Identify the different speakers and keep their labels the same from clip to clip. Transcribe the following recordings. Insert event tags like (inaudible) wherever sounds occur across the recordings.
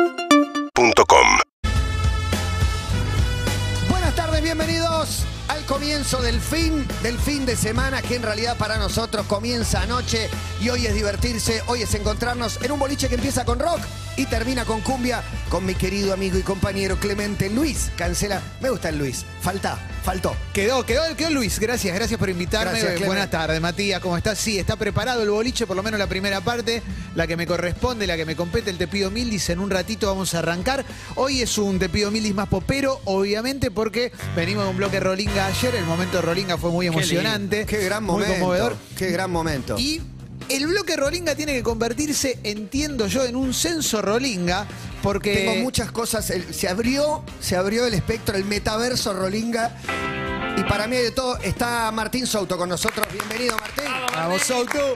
Speaker 1: UrbanaPlayFM.com
Speaker 2: Buenas tardes, bienvenidos al comienzo del fin, del fin de semana, que en realidad para nosotros comienza anoche y hoy es divertirse, hoy es encontrarnos en un boliche que empieza con rock y termina con cumbia con mi querido amigo y compañero Clemente Luis Cancela. Me gusta el Luis, falta, faltó.
Speaker 3: Quedó, quedó, quedó Luis. Gracias, gracias por invitarme.
Speaker 2: Gracias, Clemente.
Speaker 3: Buenas tardes, Matías. ¿Cómo estás? Sí, está preparado el boliche, por lo menos la primera parte, la que me corresponde, la que me compete, el Te Pido Mildis. En un ratito vamos a arrancar. Hoy es un Te Pido Mildis más popero, obviamente, porque venimos de un bloque Rolinga ayer. El momento de Rolinga fue muy emocionante.
Speaker 2: Qué gran
Speaker 3: muy
Speaker 2: momento.
Speaker 3: conmovedor.
Speaker 2: Qué gran momento.
Speaker 3: Y el bloque Rolinga tiene que convertirse, entiendo yo, en un censo Rolinga, porque.
Speaker 2: Tengo muchas cosas. el- Se abrió, se abrió el espectro, el metaverso Rolinga. Y para mí hay de todo está Martín Souto con nosotros. Bienvenido, Martín.
Speaker 3: Vamos, Souto.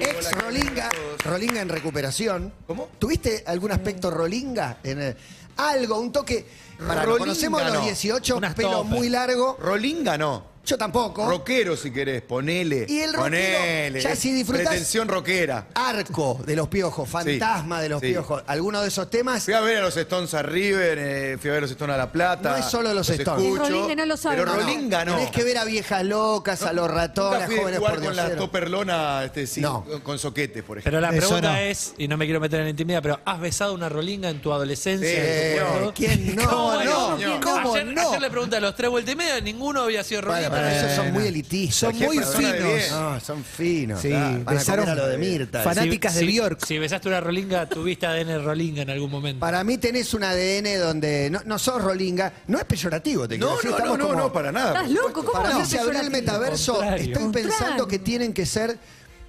Speaker 2: Ex Rolinga, Rolinga en recuperación.
Speaker 4: ¿Cómo?
Speaker 2: ¿Tuviste algún aspecto Rolinga? En el- algo, un toque. Para
Speaker 4: Rolinga,
Speaker 2: conocemos a los
Speaker 4: no.
Speaker 2: 18,
Speaker 4: Unas
Speaker 2: pelo
Speaker 4: topas.
Speaker 2: muy largo.
Speaker 4: Rolinga no.
Speaker 2: Yo tampoco.
Speaker 4: Rockero si querés, ponele.
Speaker 2: Y el rockero,
Speaker 4: ponele.
Speaker 2: ya si disfrutás-
Speaker 4: Pretensión rockera.
Speaker 2: Arco de los piojos, fantasma de los
Speaker 4: sí.
Speaker 2: piojos. Alguno de esos temas.
Speaker 4: Fui a ver a los Stones a River, eh, fui a ver a los Stones a La Plata.
Speaker 2: No es solo los Stones.
Speaker 4: escucho,
Speaker 5: Y Rolinga no lo sabe,
Speaker 4: Pero
Speaker 5: no, no.
Speaker 4: Rolinga no.
Speaker 2: Tenés que ver a viejas locas, a los
Speaker 4: Nunca
Speaker 2: ratones,
Speaker 4: fui de
Speaker 2: jóvenes
Speaker 4: jugar
Speaker 2: por
Speaker 4: con la
Speaker 2: Dios.
Speaker 4: toperlona este, sí,
Speaker 2: No.
Speaker 4: con soquetes, por ejemplo.
Speaker 6: Pero la
Speaker 3: Eso
Speaker 6: pregunta
Speaker 3: no.
Speaker 6: es, y no me quiero meter en la intimidad, pero ¿has besado una rolinga en tu adolescencia?
Speaker 4: Sí,
Speaker 6: en tu
Speaker 4: no.
Speaker 6: juventud?
Speaker 2: ¿Quién no?
Speaker 6: ¿Cómo
Speaker 2: No,
Speaker 6: Eh, no?
Speaker 4: señor.
Speaker 3: ¿Cómo
Speaker 6: ayer,
Speaker 3: no?
Speaker 6: ayer le pregunté a los tres vueltas y media, ninguno había sido rolinga.
Speaker 2: Bueno, pero ellos son muy elitistas.
Speaker 3: Son
Speaker 2: Cualquier
Speaker 3: muy
Speaker 2: persona de
Speaker 3: finos.
Speaker 2: bien. No, son finos.
Speaker 3: Sí,
Speaker 2: Van a
Speaker 3: besaron-
Speaker 2: comer a lo de Mirta.
Speaker 3: Fan- fanáticas de Bjork.
Speaker 6: Si besaste una rolinga, tuviste ADN rolinga en algún momento.
Speaker 2: Para mí tenés un ADN donde no, no sos rolinga. No es peyorativo, te quiero
Speaker 4: No,
Speaker 2: decir,
Speaker 4: no, no,
Speaker 2: estamos
Speaker 4: no,
Speaker 2: como-
Speaker 4: no, para nada.
Speaker 5: ¿Estás
Speaker 4: por supuesto.
Speaker 5: loco? ¿Cómo
Speaker 2: Para
Speaker 5: no
Speaker 2: mí
Speaker 5: es
Speaker 2: se abrió el
Speaker 5: peyorativo?
Speaker 2: metaverso.
Speaker 6: Contrario.
Speaker 2: Estoy pensando
Speaker 5: Contrario.
Speaker 2: que tienen que ser,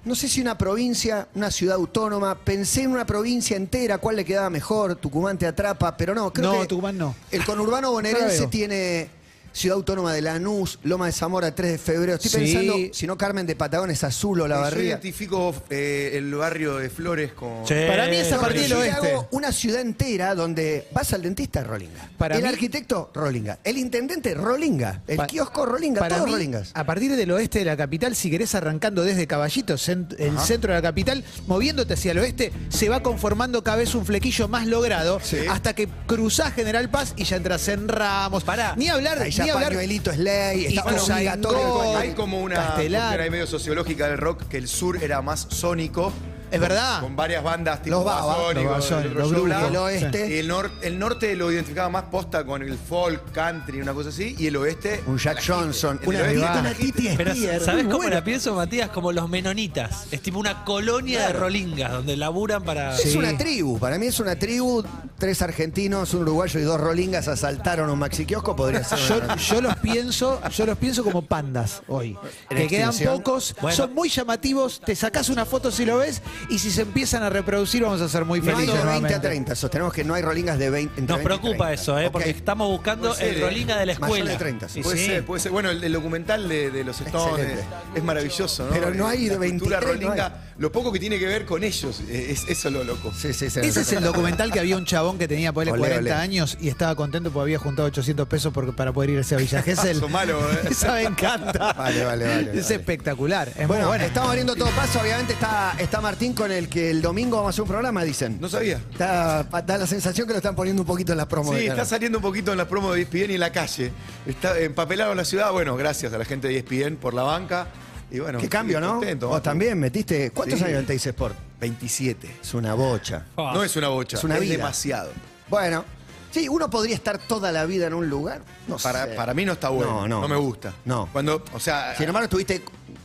Speaker 2: no sé si una provincia, una ciudad autónoma. Pensé en una provincia entera, cuál le quedaba mejor. Tucumán te atrapa, pero no, creo
Speaker 3: No,
Speaker 2: que
Speaker 3: Tucumán no.
Speaker 2: El
Speaker 3: (laughs)
Speaker 2: conurbano
Speaker 3: No la
Speaker 2: bonaerense
Speaker 3: veo.
Speaker 2: tiene ciudad autónoma de Lanús, Loma de Zamora, 3 de febrero. Estoy
Speaker 3: Sí.
Speaker 2: pensando, si no Carmen de Patagones, Azul o La
Speaker 4: Yo
Speaker 2: Barriga.
Speaker 4: identifico eh, el barrio de Flores con...
Speaker 6: Sí.
Speaker 3: Para mí es a
Speaker 6: Eh,
Speaker 3: partir del
Speaker 2: Yo te
Speaker 3: oeste.
Speaker 2: hago una ciudad entera donde vas al dentista Rolinga.
Speaker 3: Para
Speaker 2: el
Speaker 3: mí-
Speaker 2: arquitecto Rolinga. El intendente Rolinga. El
Speaker 3: Pa-
Speaker 2: kiosco Rolinga.
Speaker 3: Para
Speaker 2: Todos
Speaker 3: mí,
Speaker 2: Rolingas.
Speaker 3: a partir del oeste de la capital, si querés arrancando desde Caballito, cent- el centro de la capital, moviéndote hacia el oeste, se va conformando cada vez un flequillo más logrado
Speaker 4: Sí.
Speaker 3: hasta que cruzás General Paz y ya entras en Ramos.
Speaker 6: Pará.
Speaker 3: Ni hablar,
Speaker 2: Ahí ya
Speaker 3: ni hablar.
Speaker 2: pañuelito es ley, está
Speaker 3: Bueno,
Speaker 2: obligatorio.
Speaker 3: Saingó,
Speaker 4: Hay como una
Speaker 3: Castelar.
Speaker 4: cultura ahí medio sociológica del rock que el sur era más sónico.
Speaker 3: Es verdad.
Speaker 4: Con varias bandas tipo
Speaker 2: Ah. Los Baba,
Speaker 4: Babasónicos,
Speaker 3: los Babasónicos,
Speaker 4: el otro
Speaker 3: los
Speaker 4: Yo
Speaker 3: Blues,
Speaker 4: Blanco.
Speaker 2: el oeste.
Speaker 4: Y El, nor- el norte lo identificaba más posta con el folk, country, una cosa así. Y el oeste.
Speaker 2: Un Jack Johnson,
Speaker 4: El
Speaker 2: una
Speaker 4: oeste,
Speaker 2: tita,
Speaker 4: la
Speaker 2: una
Speaker 4: gente.
Speaker 2: titi
Speaker 6: Pero,
Speaker 2: Spear,
Speaker 6: ¿sabes
Speaker 2: muy
Speaker 6: cómo
Speaker 2: buena.
Speaker 6: la pienso, Matías? Como los menonitas. Es tipo una colonia de rolingas donde laburan para...
Speaker 2: Es una tribu, para mí es una tribu. Tres argentinos, un uruguayo y dos rolingas asaltaron un maxi kiosco, podría ser. una
Speaker 3: Yo, yo los pienso, yo los pienso como pandas hoy.
Speaker 2: ¿En
Speaker 3: Que quedan
Speaker 2: extinción?
Speaker 3: pocos,
Speaker 6: Bueno.
Speaker 3: son muy llamativos, te sacás una foto si lo ves, y si se empiezan a reproducir vamos a ser muy
Speaker 2: No hay
Speaker 3: felices.
Speaker 2: de 20 a
Speaker 3: nuevamente.
Speaker 2: 30, sostenemos que no hay rolingas de 20. entre 20 y
Speaker 6: Nos preocupa
Speaker 2: 30.
Speaker 6: eso, ¿eh?
Speaker 2: Ok.
Speaker 6: Porque estamos buscando
Speaker 4: Puede ser,
Speaker 6: el
Speaker 4: eh,
Speaker 6: rolinga de la
Speaker 2: mayor de
Speaker 6: escuela.
Speaker 2: 30, sí.
Speaker 6: Y
Speaker 4: Puede
Speaker 6: sí.
Speaker 4: ser, puede ser. Bueno, el, el documental de, de los Stones
Speaker 2: Excelente.
Speaker 4: es, es maravilloso, ¿no?
Speaker 2: Pero no hay de
Speaker 4: La
Speaker 2: 23,
Speaker 4: cultura
Speaker 2: no
Speaker 4: rolinga, lo poco que tiene que ver con ellos, eh, es, eso lo loco.
Speaker 2: Sí, sí, sí.
Speaker 3: Ese es el documental que había un chabón que tenía ponele,
Speaker 2: Olé,
Speaker 3: 40
Speaker 2: olé.
Speaker 3: años y estaba contento porque había juntado 800 pesos porque, para poder irse a Villa Gesell.
Speaker 4: Son malos, ¿eh?
Speaker 3: (laughs) Esa me encanta.
Speaker 2: Vale, vale, vale,
Speaker 3: Es
Speaker 2: vale.
Speaker 3: espectacular. Es
Speaker 2: Bueno,
Speaker 3: muy buena.
Speaker 2: estamos abriendo todo paso. Obviamente está, está Martín con el que el domingo vamos a hacer un programa, dicen.
Speaker 4: No sabía.
Speaker 2: Está- pa- da la sensación que lo están poniendo un poquito en las promos.
Speaker 4: Sí,
Speaker 2: de
Speaker 4: está
Speaker 2: Canal.
Speaker 4: saliendo un poquito en las promos de E ESPN y en la calle. Está empapelado en la ciudad. Bueno, gracias a la gente de E ESPN por la banca. Y bueno,
Speaker 2: Qué cambio, ¿no?
Speaker 4: contento.
Speaker 2: Vos también metiste. ¿Cuántos
Speaker 4: Sí.
Speaker 2: años en Teis Sport?
Speaker 4: 27.
Speaker 2: Es una bocha.
Speaker 6: Ah.
Speaker 4: No es una bocha,
Speaker 2: Es una vida.
Speaker 4: demasiado.
Speaker 2: Bueno, sí, uno podría estar toda la vida en un lugar. No sé.
Speaker 4: Para, para mí ah, no está bueno.
Speaker 2: No,
Speaker 4: No,
Speaker 2: no.
Speaker 4: me gusta.
Speaker 2: No.
Speaker 4: Cuando, o sea,
Speaker 2: Sin embargo, estuviste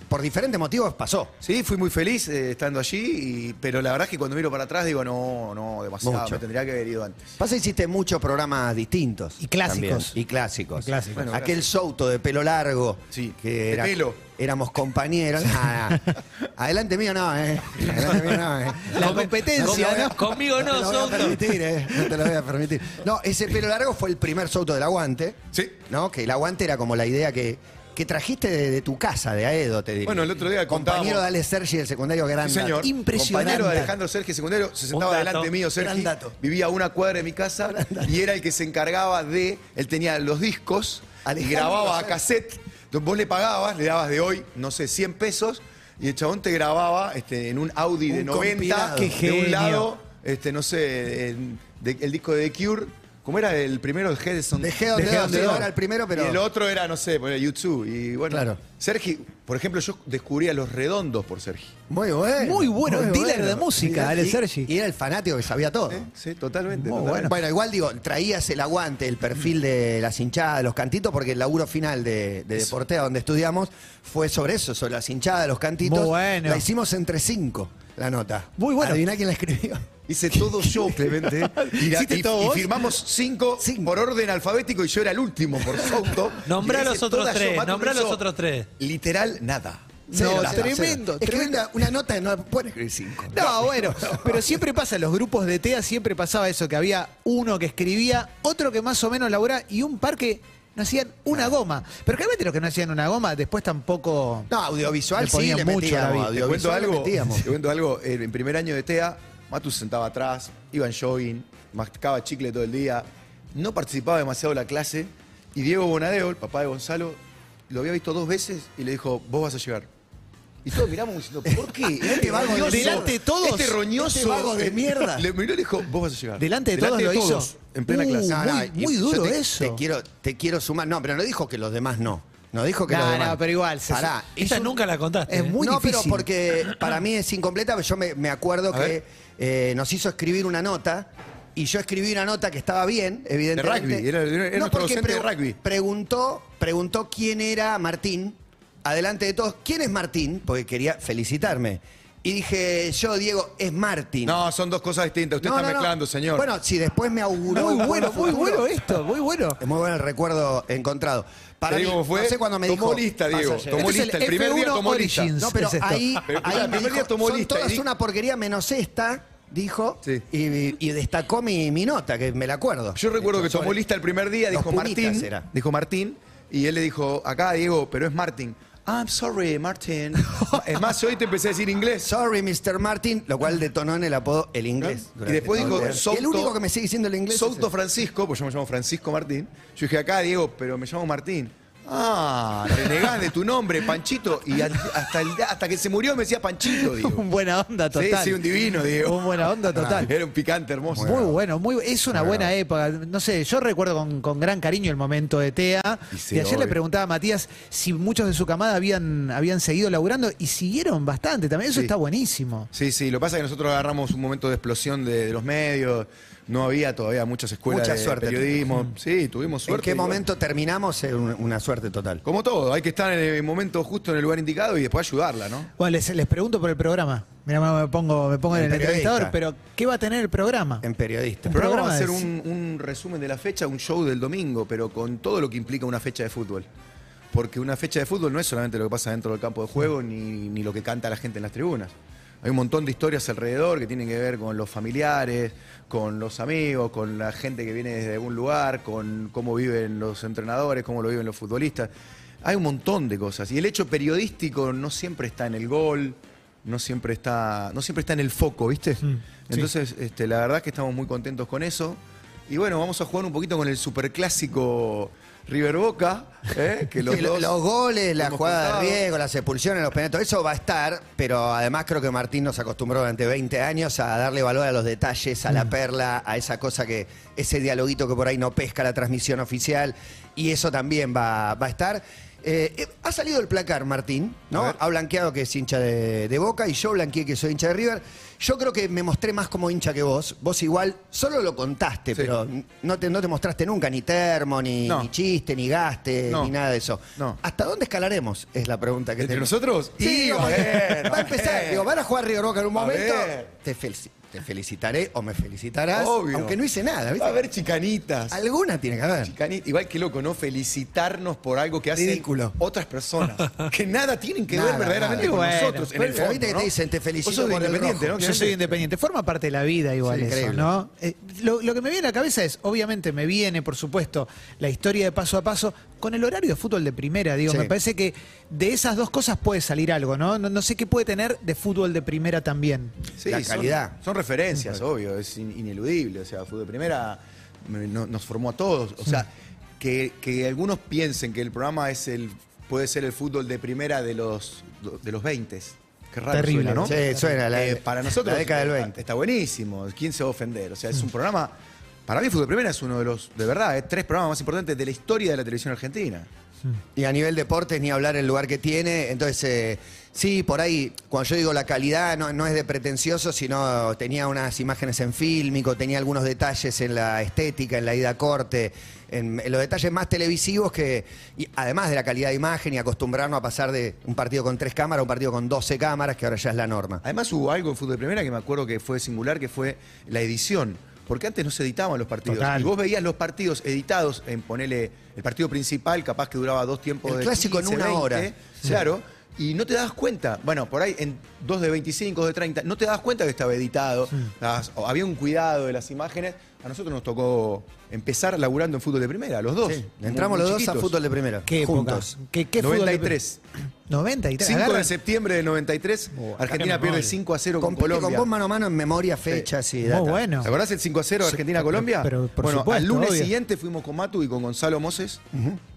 Speaker 2: por diferentes motivos, pasó.
Speaker 4: sí, fui muy feliz eh, estando allí, y- pero la verdad es que cuando miro para atrás digo, no, no, demasiado.
Speaker 2: Mucho.
Speaker 4: Me tendría que haber ido antes.
Speaker 2: Pasa que hiciste muchos programas distintos.
Speaker 3: Y clásicos.
Speaker 2: Y clásicos.
Speaker 3: Y clásicos.
Speaker 4: Bueno,
Speaker 2: Aquel Souto de pelo largo.
Speaker 4: Sí,
Speaker 2: Que
Speaker 4: de
Speaker 2: era-
Speaker 4: pelo.
Speaker 2: Éramos compañeros. Nah, nah. Adelante mío no, ¿eh? Adelante mío no, ¿eh?
Speaker 3: La
Speaker 6: Come-
Speaker 3: competencia,
Speaker 6: come-
Speaker 3: ¿no?
Speaker 6: Conmigo no,
Speaker 2: te lo voy a
Speaker 6: Souto.
Speaker 2: permitir, ¿eh? No te lo voy a permitir. No, ese pelo largo fue el primer Souto del aguante.
Speaker 4: Sí.
Speaker 2: ¿No? Que el aguante era como la idea que, que trajiste de, de tu casa, de Aedo, te digo.
Speaker 4: Bueno, el otro día
Speaker 2: Compañero
Speaker 4: contábamos-
Speaker 2: de Ale Sergi del secundario grande.
Speaker 4: Sí, señor.
Speaker 3: Impresionante.
Speaker 4: Compañero de Alejandro Sergi Secundario, se sentaba
Speaker 6: dato.
Speaker 4: delante mío, Sergi.
Speaker 2: Gran dato.
Speaker 4: Vivía a una cuadra de mi casa y era el que se encargaba de. Él tenía los discos
Speaker 2: Alejandro
Speaker 4: y grababa a
Speaker 2: Sergi.
Speaker 4: cassette. Entonces, vos le pagabas, le dabas de hoy, no sé, 100 pesos y el chabón te grababa este, en un Audi de
Speaker 2: Un
Speaker 4: 90
Speaker 2: compilado. Qué
Speaker 4: de
Speaker 3: genio.
Speaker 4: un lado. este, no sé, en- de- el disco de The Cure. ¿Cómo era el primero? El Head on
Speaker 2: The Head on
Speaker 4: The
Speaker 2: the
Speaker 4: Head
Speaker 2: Door,
Speaker 4: on
Speaker 2: sí,
Speaker 4: Door.
Speaker 2: era el primero, pero-
Speaker 4: Y el otro era, no sé, poner YouTube. Y bueno,
Speaker 2: Claro.
Speaker 4: Sergi, por ejemplo, yo descubrí a los redondos por Sergi.
Speaker 2: Muy bueno.
Speaker 1: Muy bueno, dealer de música,
Speaker 2: Y-
Speaker 1: Ale
Speaker 2: y-
Speaker 1: Sergi.
Speaker 2: Y era el fanático que sabía todo.
Speaker 4: ¿Eh? Sí, totalmente.
Speaker 1: Muy
Speaker 4: totalmente.
Speaker 1: bueno.
Speaker 2: Bueno, igual digo, traías el aguante, el perfil de las hinchadas, de los cantitos, porque el laburo final de, de Deportea, donde estudiamos, fue sobre eso, sobre las hinchadas, los cantitos.
Speaker 1: Muy bueno.
Speaker 2: La hicimos entre cinco, la nota.
Speaker 1: Muy bueno.
Speaker 2: Adiviná quién la (laughs) escribió.
Speaker 4: Hice todo (laughs) yo, Clemente. Y, la-
Speaker 1: ¿Hiciste
Speaker 4: y-
Speaker 1: todo
Speaker 4: y
Speaker 1: vos?
Speaker 4: firmamos cinco,
Speaker 2: Cinco.
Speaker 4: por orden alfabético y yo era el último por foto.
Speaker 6: (laughs) Nombrá
Speaker 4: Y la
Speaker 6: los
Speaker 4: hice
Speaker 6: otros
Speaker 4: toda yo,
Speaker 6: tres,
Speaker 4: Matu
Speaker 6: nombrá
Speaker 4: no hizo
Speaker 6: los otros tres.
Speaker 4: Literal, nada.
Speaker 2: Cero,
Speaker 3: No,
Speaker 2: nada,
Speaker 3: tremendo,
Speaker 2: cero. Escribí una, una nota y no puede escribir cinco.
Speaker 3: No, bueno, pero siempre pasa, en los grupos de TEA siempre pasaba eso, que había uno que escribía, otro que más o menos laburaba y un par que no hacían una
Speaker 2: Ah.
Speaker 3: goma. Pero realmente los que no hacían una goma después tampoco...
Speaker 2: No, audiovisual
Speaker 3: Le
Speaker 2: sí,
Speaker 3: ponían
Speaker 2: le
Speaker 3: mucho
Speaker 2: metíamos,
Speaker 3: la vida.
Speaker 4: Te cuento,
Speaker 2: audiovisual le
Speaker 4: algo,
Speaker 2: metíamos.
Speaker 4: te cuento algo. En en primer año de TEA, Matu se sentaba atrás, iba en jogging, mascaba chicle todo el día, no participaba demasiado en la clase. Y Diego Bonadeo, el papá de Gonzalo, lo había visto dos veces y le dijo, vos vas a llegar. Y todos miramos diciendo, ¿por
Speaker 2: (laughs)
Speaker 4: qué? Este
Speaker 2: vago de
Speaker 4: roñoso,
Speaker 3: Delante de todos.
Speaker 4: Este roñoso.
Speaker 2: Este vago de mierda.
Speaker 4: (laughs) Le miró y le dijo, vos vas a llegar.
Speaker 3: Delante de todos lo hizo.
Speaker 4: En plena
Speaker 3: Uh,
Speaker 4: clase.
Speaker 3: muy-
Speaker 2: y
Speaker 3: muy
Speaker 2: yo
Speaker 3: duro
Speaker 2: te-
Speaker 3: eso.
Speaker 2: Te quiero, te quiero sumar. No, pero no dijo que los demás no. No dijo que
Speaker 3: No,
Speaker 2: los demás.
Speaker 3: no, pero igual, se-
Speaker 2: Pará,
Speaker 6: Esta
Speaker 2: es un-
Speaker 6: nunca la contaste.
Speaker 3: es
Speaker 6: ¿eh?
Speaker 3: muy-
Speaker 2: no,
Speaker 3: difícil.
Speaker 2: pero porque para mí es incompleta, pero yo me, me acuerdo
Speaker 4: A
Speaker 2: que
Speaker 4: ver.
Speaker 2: eh, nos hizo escribir una nota y yo escribí una nota que estaba bien, evidentemente.
Speaker 4: De rugby, era- era- era nuestro
Speaker 2: porque
Speaker 4: docente de rugby.
Speaker 2: Preguntó, preguntó quién era Martín, adelante de todos, ¿quién es Martín? Porque quería felicitarme. Y dije, yo, Diego, es Martín.
Speaker 4: No, son dos cosas distintas. Usted
Speaker 2: No,
Speaker 4: está
Speaker 2: no, no.
Speaker 4: mezclando, señor.
Speaker 2: Bueno, si después me auguró.
Speaker 3: muy
Speaker 2: un
Speaker 3: bueno, muy
Speaker 2: futuro.
Speaker 3: bueno esto, muy bueno.
Speaker 2: Es muy bueno el recuerdo encontrado. Para
Speaker 4: Te
Speaker 2: mí,
Speaker 4: digo cómo fue,
Speaker 2: no sé cuándo me
Speaker 4: tomó
Speaker 2: dijo.
Speaker 4: lista,
Speaker 2: vas a
Speaker 4: Diego,
Speaker 2: llegar.
Speaker 3: Este
Speaker 4: tomó
Speaker 3: es
Speaker 4: lista, el primer día
Speaker 3: F1
Speaker 4: tomó lista.
Speaker 3: Origins,
Speaker 2: No, pero
Speaker 3: es esto.
Speaker 2: ahí,
Speaker 4: Pero
Speaker 2: ahí
Speaker 4: la
Speaker 2: me
Speaker 4: primer
Speaker 2: dijo,
Speaker 4: día tomó
Speaker 2: son
Speaker 4: lista y
Speaker 2: todas
Speaker 4: di-
Speaker 2: una porquería menos esta, dijo,
Speaker 4: Sí.
Speaker 2: y, y destacó mi, mi nota, que me la acuerdo.
Speaker 4: Yo recuerdo que
Speaker 2: Sobre-
Speaker 4: tomó lista el primer día,
Speaker 2: Los
Speaker 4: dijo
Speaker 2: punitas
Speaker 4: Martín.
Speaker 2: era.
Speaker 4: Dijo Martín, y él le dijo, acá Diego, pero es Martín. I'm
Speaker 2: (laughs)
Speaker 4: sorry, Martín. es más, hoy te empecé a decir inglés.
Speaker 2: Sorry, Mr. Martin, lo cual detonó en el apodo el inglés.
Speaker 4: ¿Eh? Y
Speaker 2: durante
Speaker 4: después
Speaker 2: todo
Speaker 4: dijo,
Speaker 2: el-
Speaker 4: Souto-
Speaker 2: y el único que me sigue diciendo el inglés. es
Speaker 4: Souto
Speaker 2: él.
Speaker 4: Francisco, pues yo me llamo Francisco Martín. Yo dije, acá Diego, pero me llamo Martín. Ah, te negás de tu nombre, Panchito. Y al- hasta, el- hasta que se murió me decía Panchito,
Speaker 2: (laughs)
Speaker 4: Diego.
Speaker 3: (laughs) Un buena onda
Speaker 4: Sí,
Speaker 3: total.
Speaker 4: sí, un divino, Diego. Ah,
Speaker 3: Un buena onda total.
Speaker 4: Era un picante hermoso.
Speaker 3: Muy bueno, muy, es una buena época. No sé, yo recuerdo con, con gran cariño el momento de TEA.
Speaker 4: Y
Speaker 3: Y,
Speaker 4: sí,
Speaker 3: ayer
Speaker 4: obvio.
Speaker 3: le preguntaba a Matías si muchos de su camada habían, habían seguido laburando y siguieron bastante. También eso
Speaker 4: Sí.
Speaker 3: está buenísimo.
Speaker 4: Sí, sí, lo que pasa es que nosotros agarramos un momento de explosión de, de los medios, no había todavía muchas escuelas
Speaker 2: Mucha
Speaker 4: de
Speaker 2: suerte.
Speaker 4: periodismo. Sí, tuvimos
Speaker 2: ¿En
Speaker 4: suerte.
Speaker 2: qué
Speaker 4: y bueno,
Speaker 2: momento terminamos? Eh, un- Una suerte total.
Speaker 4: como todo, hay que estar en el momento justo en el lugar indicado y después ayudarla, ¿no?
Speaker 3: Bueno, les, les pregunto por el programa. Mira, me pongo, me pongo en
Speaker 2: El
Speaker 3: el
Speaker 2: periodista.
Speaker 3: entrevistador, pero ¿qué va a tener el programa?
Speaker 2: En periodista.
Speaker 3: Un
Speaker 4: El programa va a ser
Speaker 3: programa
Speaker 4: un, un resumen de la fecha, un show del domingo, pero con todo lo que implica una fecha de fútbol. Porque una fecha de fútbol no es solamente lo que pasa dentro del campo de juego ni, ni lo que canta la gente en las tribunas. Hay un montón de historias alrededor que tienen que ver con los familiares, con los amigos, con la gente que viene desde algún lugar, con cómo viven los entrenadores, cómo lo viven los futbolistas. Hay un montón de cosas. Y el hecho periodístico no siempre está en el gol, no siempre está, no siempre está en el foco, ¿viste? Entonces, este, la verdad que estamos muy contentos con eso. Y bueno, vamos a jugar un poquito con el superclásico River Boca, ¿eh? que los
Speaker 2: Sí, lo-
Speaker 4: dos-
Speaker 2: los goles, la
Speaker 4: hemos
Speaker 2: jugada
Speaker 4: contado.
Speaker 2: de riesgo, las expulsiones, los penaltos, eso va a estar, pero además creo que Martín nos acostumbró durante 20 años a darle valor a los detalles, a
Speaker 4: Mm.
Speaker 2: la perla, a esa cosa que, ese dialoguito que por ahí no pesca la transmisión oficial, y eso también va, va a estar. Eh, eh, ha salido el placar, Martín,
Speaker 4: A
Speaker 2: ¿no?
Speaker 4: ver.
Speaker 2: Ha blanqueado que es hincha de, de Boca y yo blanqueé que soy hincha de River. Yo creo que me mostré más como hincha que vos. Vos igual solo lo contaste,
Speaker 4: Sí.
Speaker 2: pero n- no te, no te mostraste nunca ni termo, ni,
Speaker 4: No.
Speaker 2: ni chiste, ni gaste,
Speaker 4: No.
Speaker 2: ni nada de eso.
Speaker 4: No.
Speaker 2: ¿Hasta dónde escalaremos? Es la pregunta que
Speaker 4: ¿Entre
Speaker 2: tenemos.
Speaker 4: nosotros?
Speaker 2: Sí,
Speaker 4: Y,
Speaker 2: digo,
Speaker 4: bueno,
Speaker 2: (laughs) va a empezar.
Speaker 4: eh.
Speaker 2: Digo, van a jugar River Boca en un
Speaker 4: A
Speaker 2: momento.
Speaker 4: ver.
Speaker 2: Te, felici- te felicitaré o me felicitarás.
Speaker 4: Obvio.
Speaker 2: Aunque no hice nada, ¿viste?
Speaker 4: Va a haber chicanitas.
Speaker 2: Alguna tiene que haber.
Speaker 4: Chicani- Igual que loco, ¿no? Felicitarnos por algo que hacen
Speaker 2: Ridículo. (laughs)
Speaker 4: otras personas. Que nada tienen que
Speaker 2: Nada,
Speaker 4: ver verdaderamente
Speaker 2: nada.
Speaker 4: con
Speaker 3: Bueno,
Speaker 4: nosotros. En el
Speaker 2: pero
Speaker 4: fondo,
Speaker 2: viste que
Speaker 4: ¿no?
Speaker 2: te dicen, te felicito
Speaker 4: Vos sos de
Speaker 2: por el
Speaker 4: independiente,
Speaker 2: rojo.
Speaker 4: ¿no?
Speaker 3: Yo soy independiente. Forma parte de la vida igual
Speaker 2: Sí,
Speaker 3: eso,
Speaker 2: increíble.
Speaker 3: ¿no? Eh, lo, lo que me viene a la cabeza es, obviamente, me viene, por supuesto, la historia de paso a paso con el horario de fútbol de primera. Digo,
Speaker 2: Sí.
Speaker 3: me parece que de esas dos cosas puede salir algo, ¿no? ¿no? no sé qué puede tener de fútbol de primera también.
Speaker 4: Sí,
Speaker 2: La
Speaker 4: son-
Speaker 2: calidad.
Speaker 4: Son, referencias, obvio, es in- ineludible. O sea, fútbol de primera me- no- nos formó a todos. O sea, que, que algunos piensen que el programa es el puede ser el fútbol de primera de los, de los 20. Qué raro
Speaker 3: Terrible.
Speaker 4: suena, ¿no? Eh,
Speaker 2: Sí, suena la-
Speaker 4: para nosotros
Speaker 2: la década del 20.
Speaker 4: Está buenísimo. ¿Quién se va a ofender? O sea, es un programa. Para mí, Fútbol Primera es uno de los, de verdad, eh, tres programas más importantes de la historia de la televisión argentina.
Speaker 2: Y a nivel deportes, ni hablar el lugar que tiene. Entonces, eh, sí, por ahí, cuando yo digo la calidad, no, no es de pretencioso, sino tenía unas imágenes en fílmico, tenía algunos detalles en la estética, en la ida a corte, en, en los detalles más televisivos que, y además de la calidad de imagen y acostumbrarnos a pasar de un partido con tres cámaras a un partido con 12 cámaras, que ahora ya es la norma.
Speaker 4: Además, hubo algo en Fútbol Primera que me acuerdo que fue singular, que fue la edición. Porque antes no se editaban los partidos.
Speaker 3: Total.
Speaker 4: Y vos veías los partidos editados en ponele el partido principal, capaz que duraba dos tiempos
Speaker 2: El
Speaker 4: de.
Speaker 2: clásico en
Speaker 4: 15,
Speaker 2: una
Speaker 4: 20,
Speaker 2: hora.
Speaker 4: Claro. Y no te das cuenta. Bueno, por ahí en dos de 25, dos de 30, no te das cuenta que estaba editado. Las- o había un cuidado de las imágenes. A nosotros nos tocó empezar laburando en fútbol de primera, los dos.
Speaker 2: Sí, entramos los dos a fútbol de primera.
Speaker 1: ¿Qué época?
Speaker 2: juntos.
Speaker 1: ¿Qué, qué fútbol de-
Speaker 4: 93.
Speaker 1: 93.
Speaker 4: 5
Speaker 1: agarra-
Speaker 4: de septiembre del 93, Argentina pierde 5 a 0 con
Speaker 2: Compite con
Speaker 4: Colombia.
Speaker 2: vos mano a mano en memoria, fechas y
Speaker 1: Muy
Speaker 2: data.
Speaker 1: bueno.
Speaker 4: ¿Te acordás el 5 a 0
Speaker 1: Sí,
Speaker 4: Argentina-Colombia?
Speaker 1: pero- pero por
Speaker 4: bueno,
Speaker 1: supuesto,
Speaker 4: al lunes
Speaker 1: obvio.
Speaker 4: siguiente fuimos con Matu y con Gonzalo Moses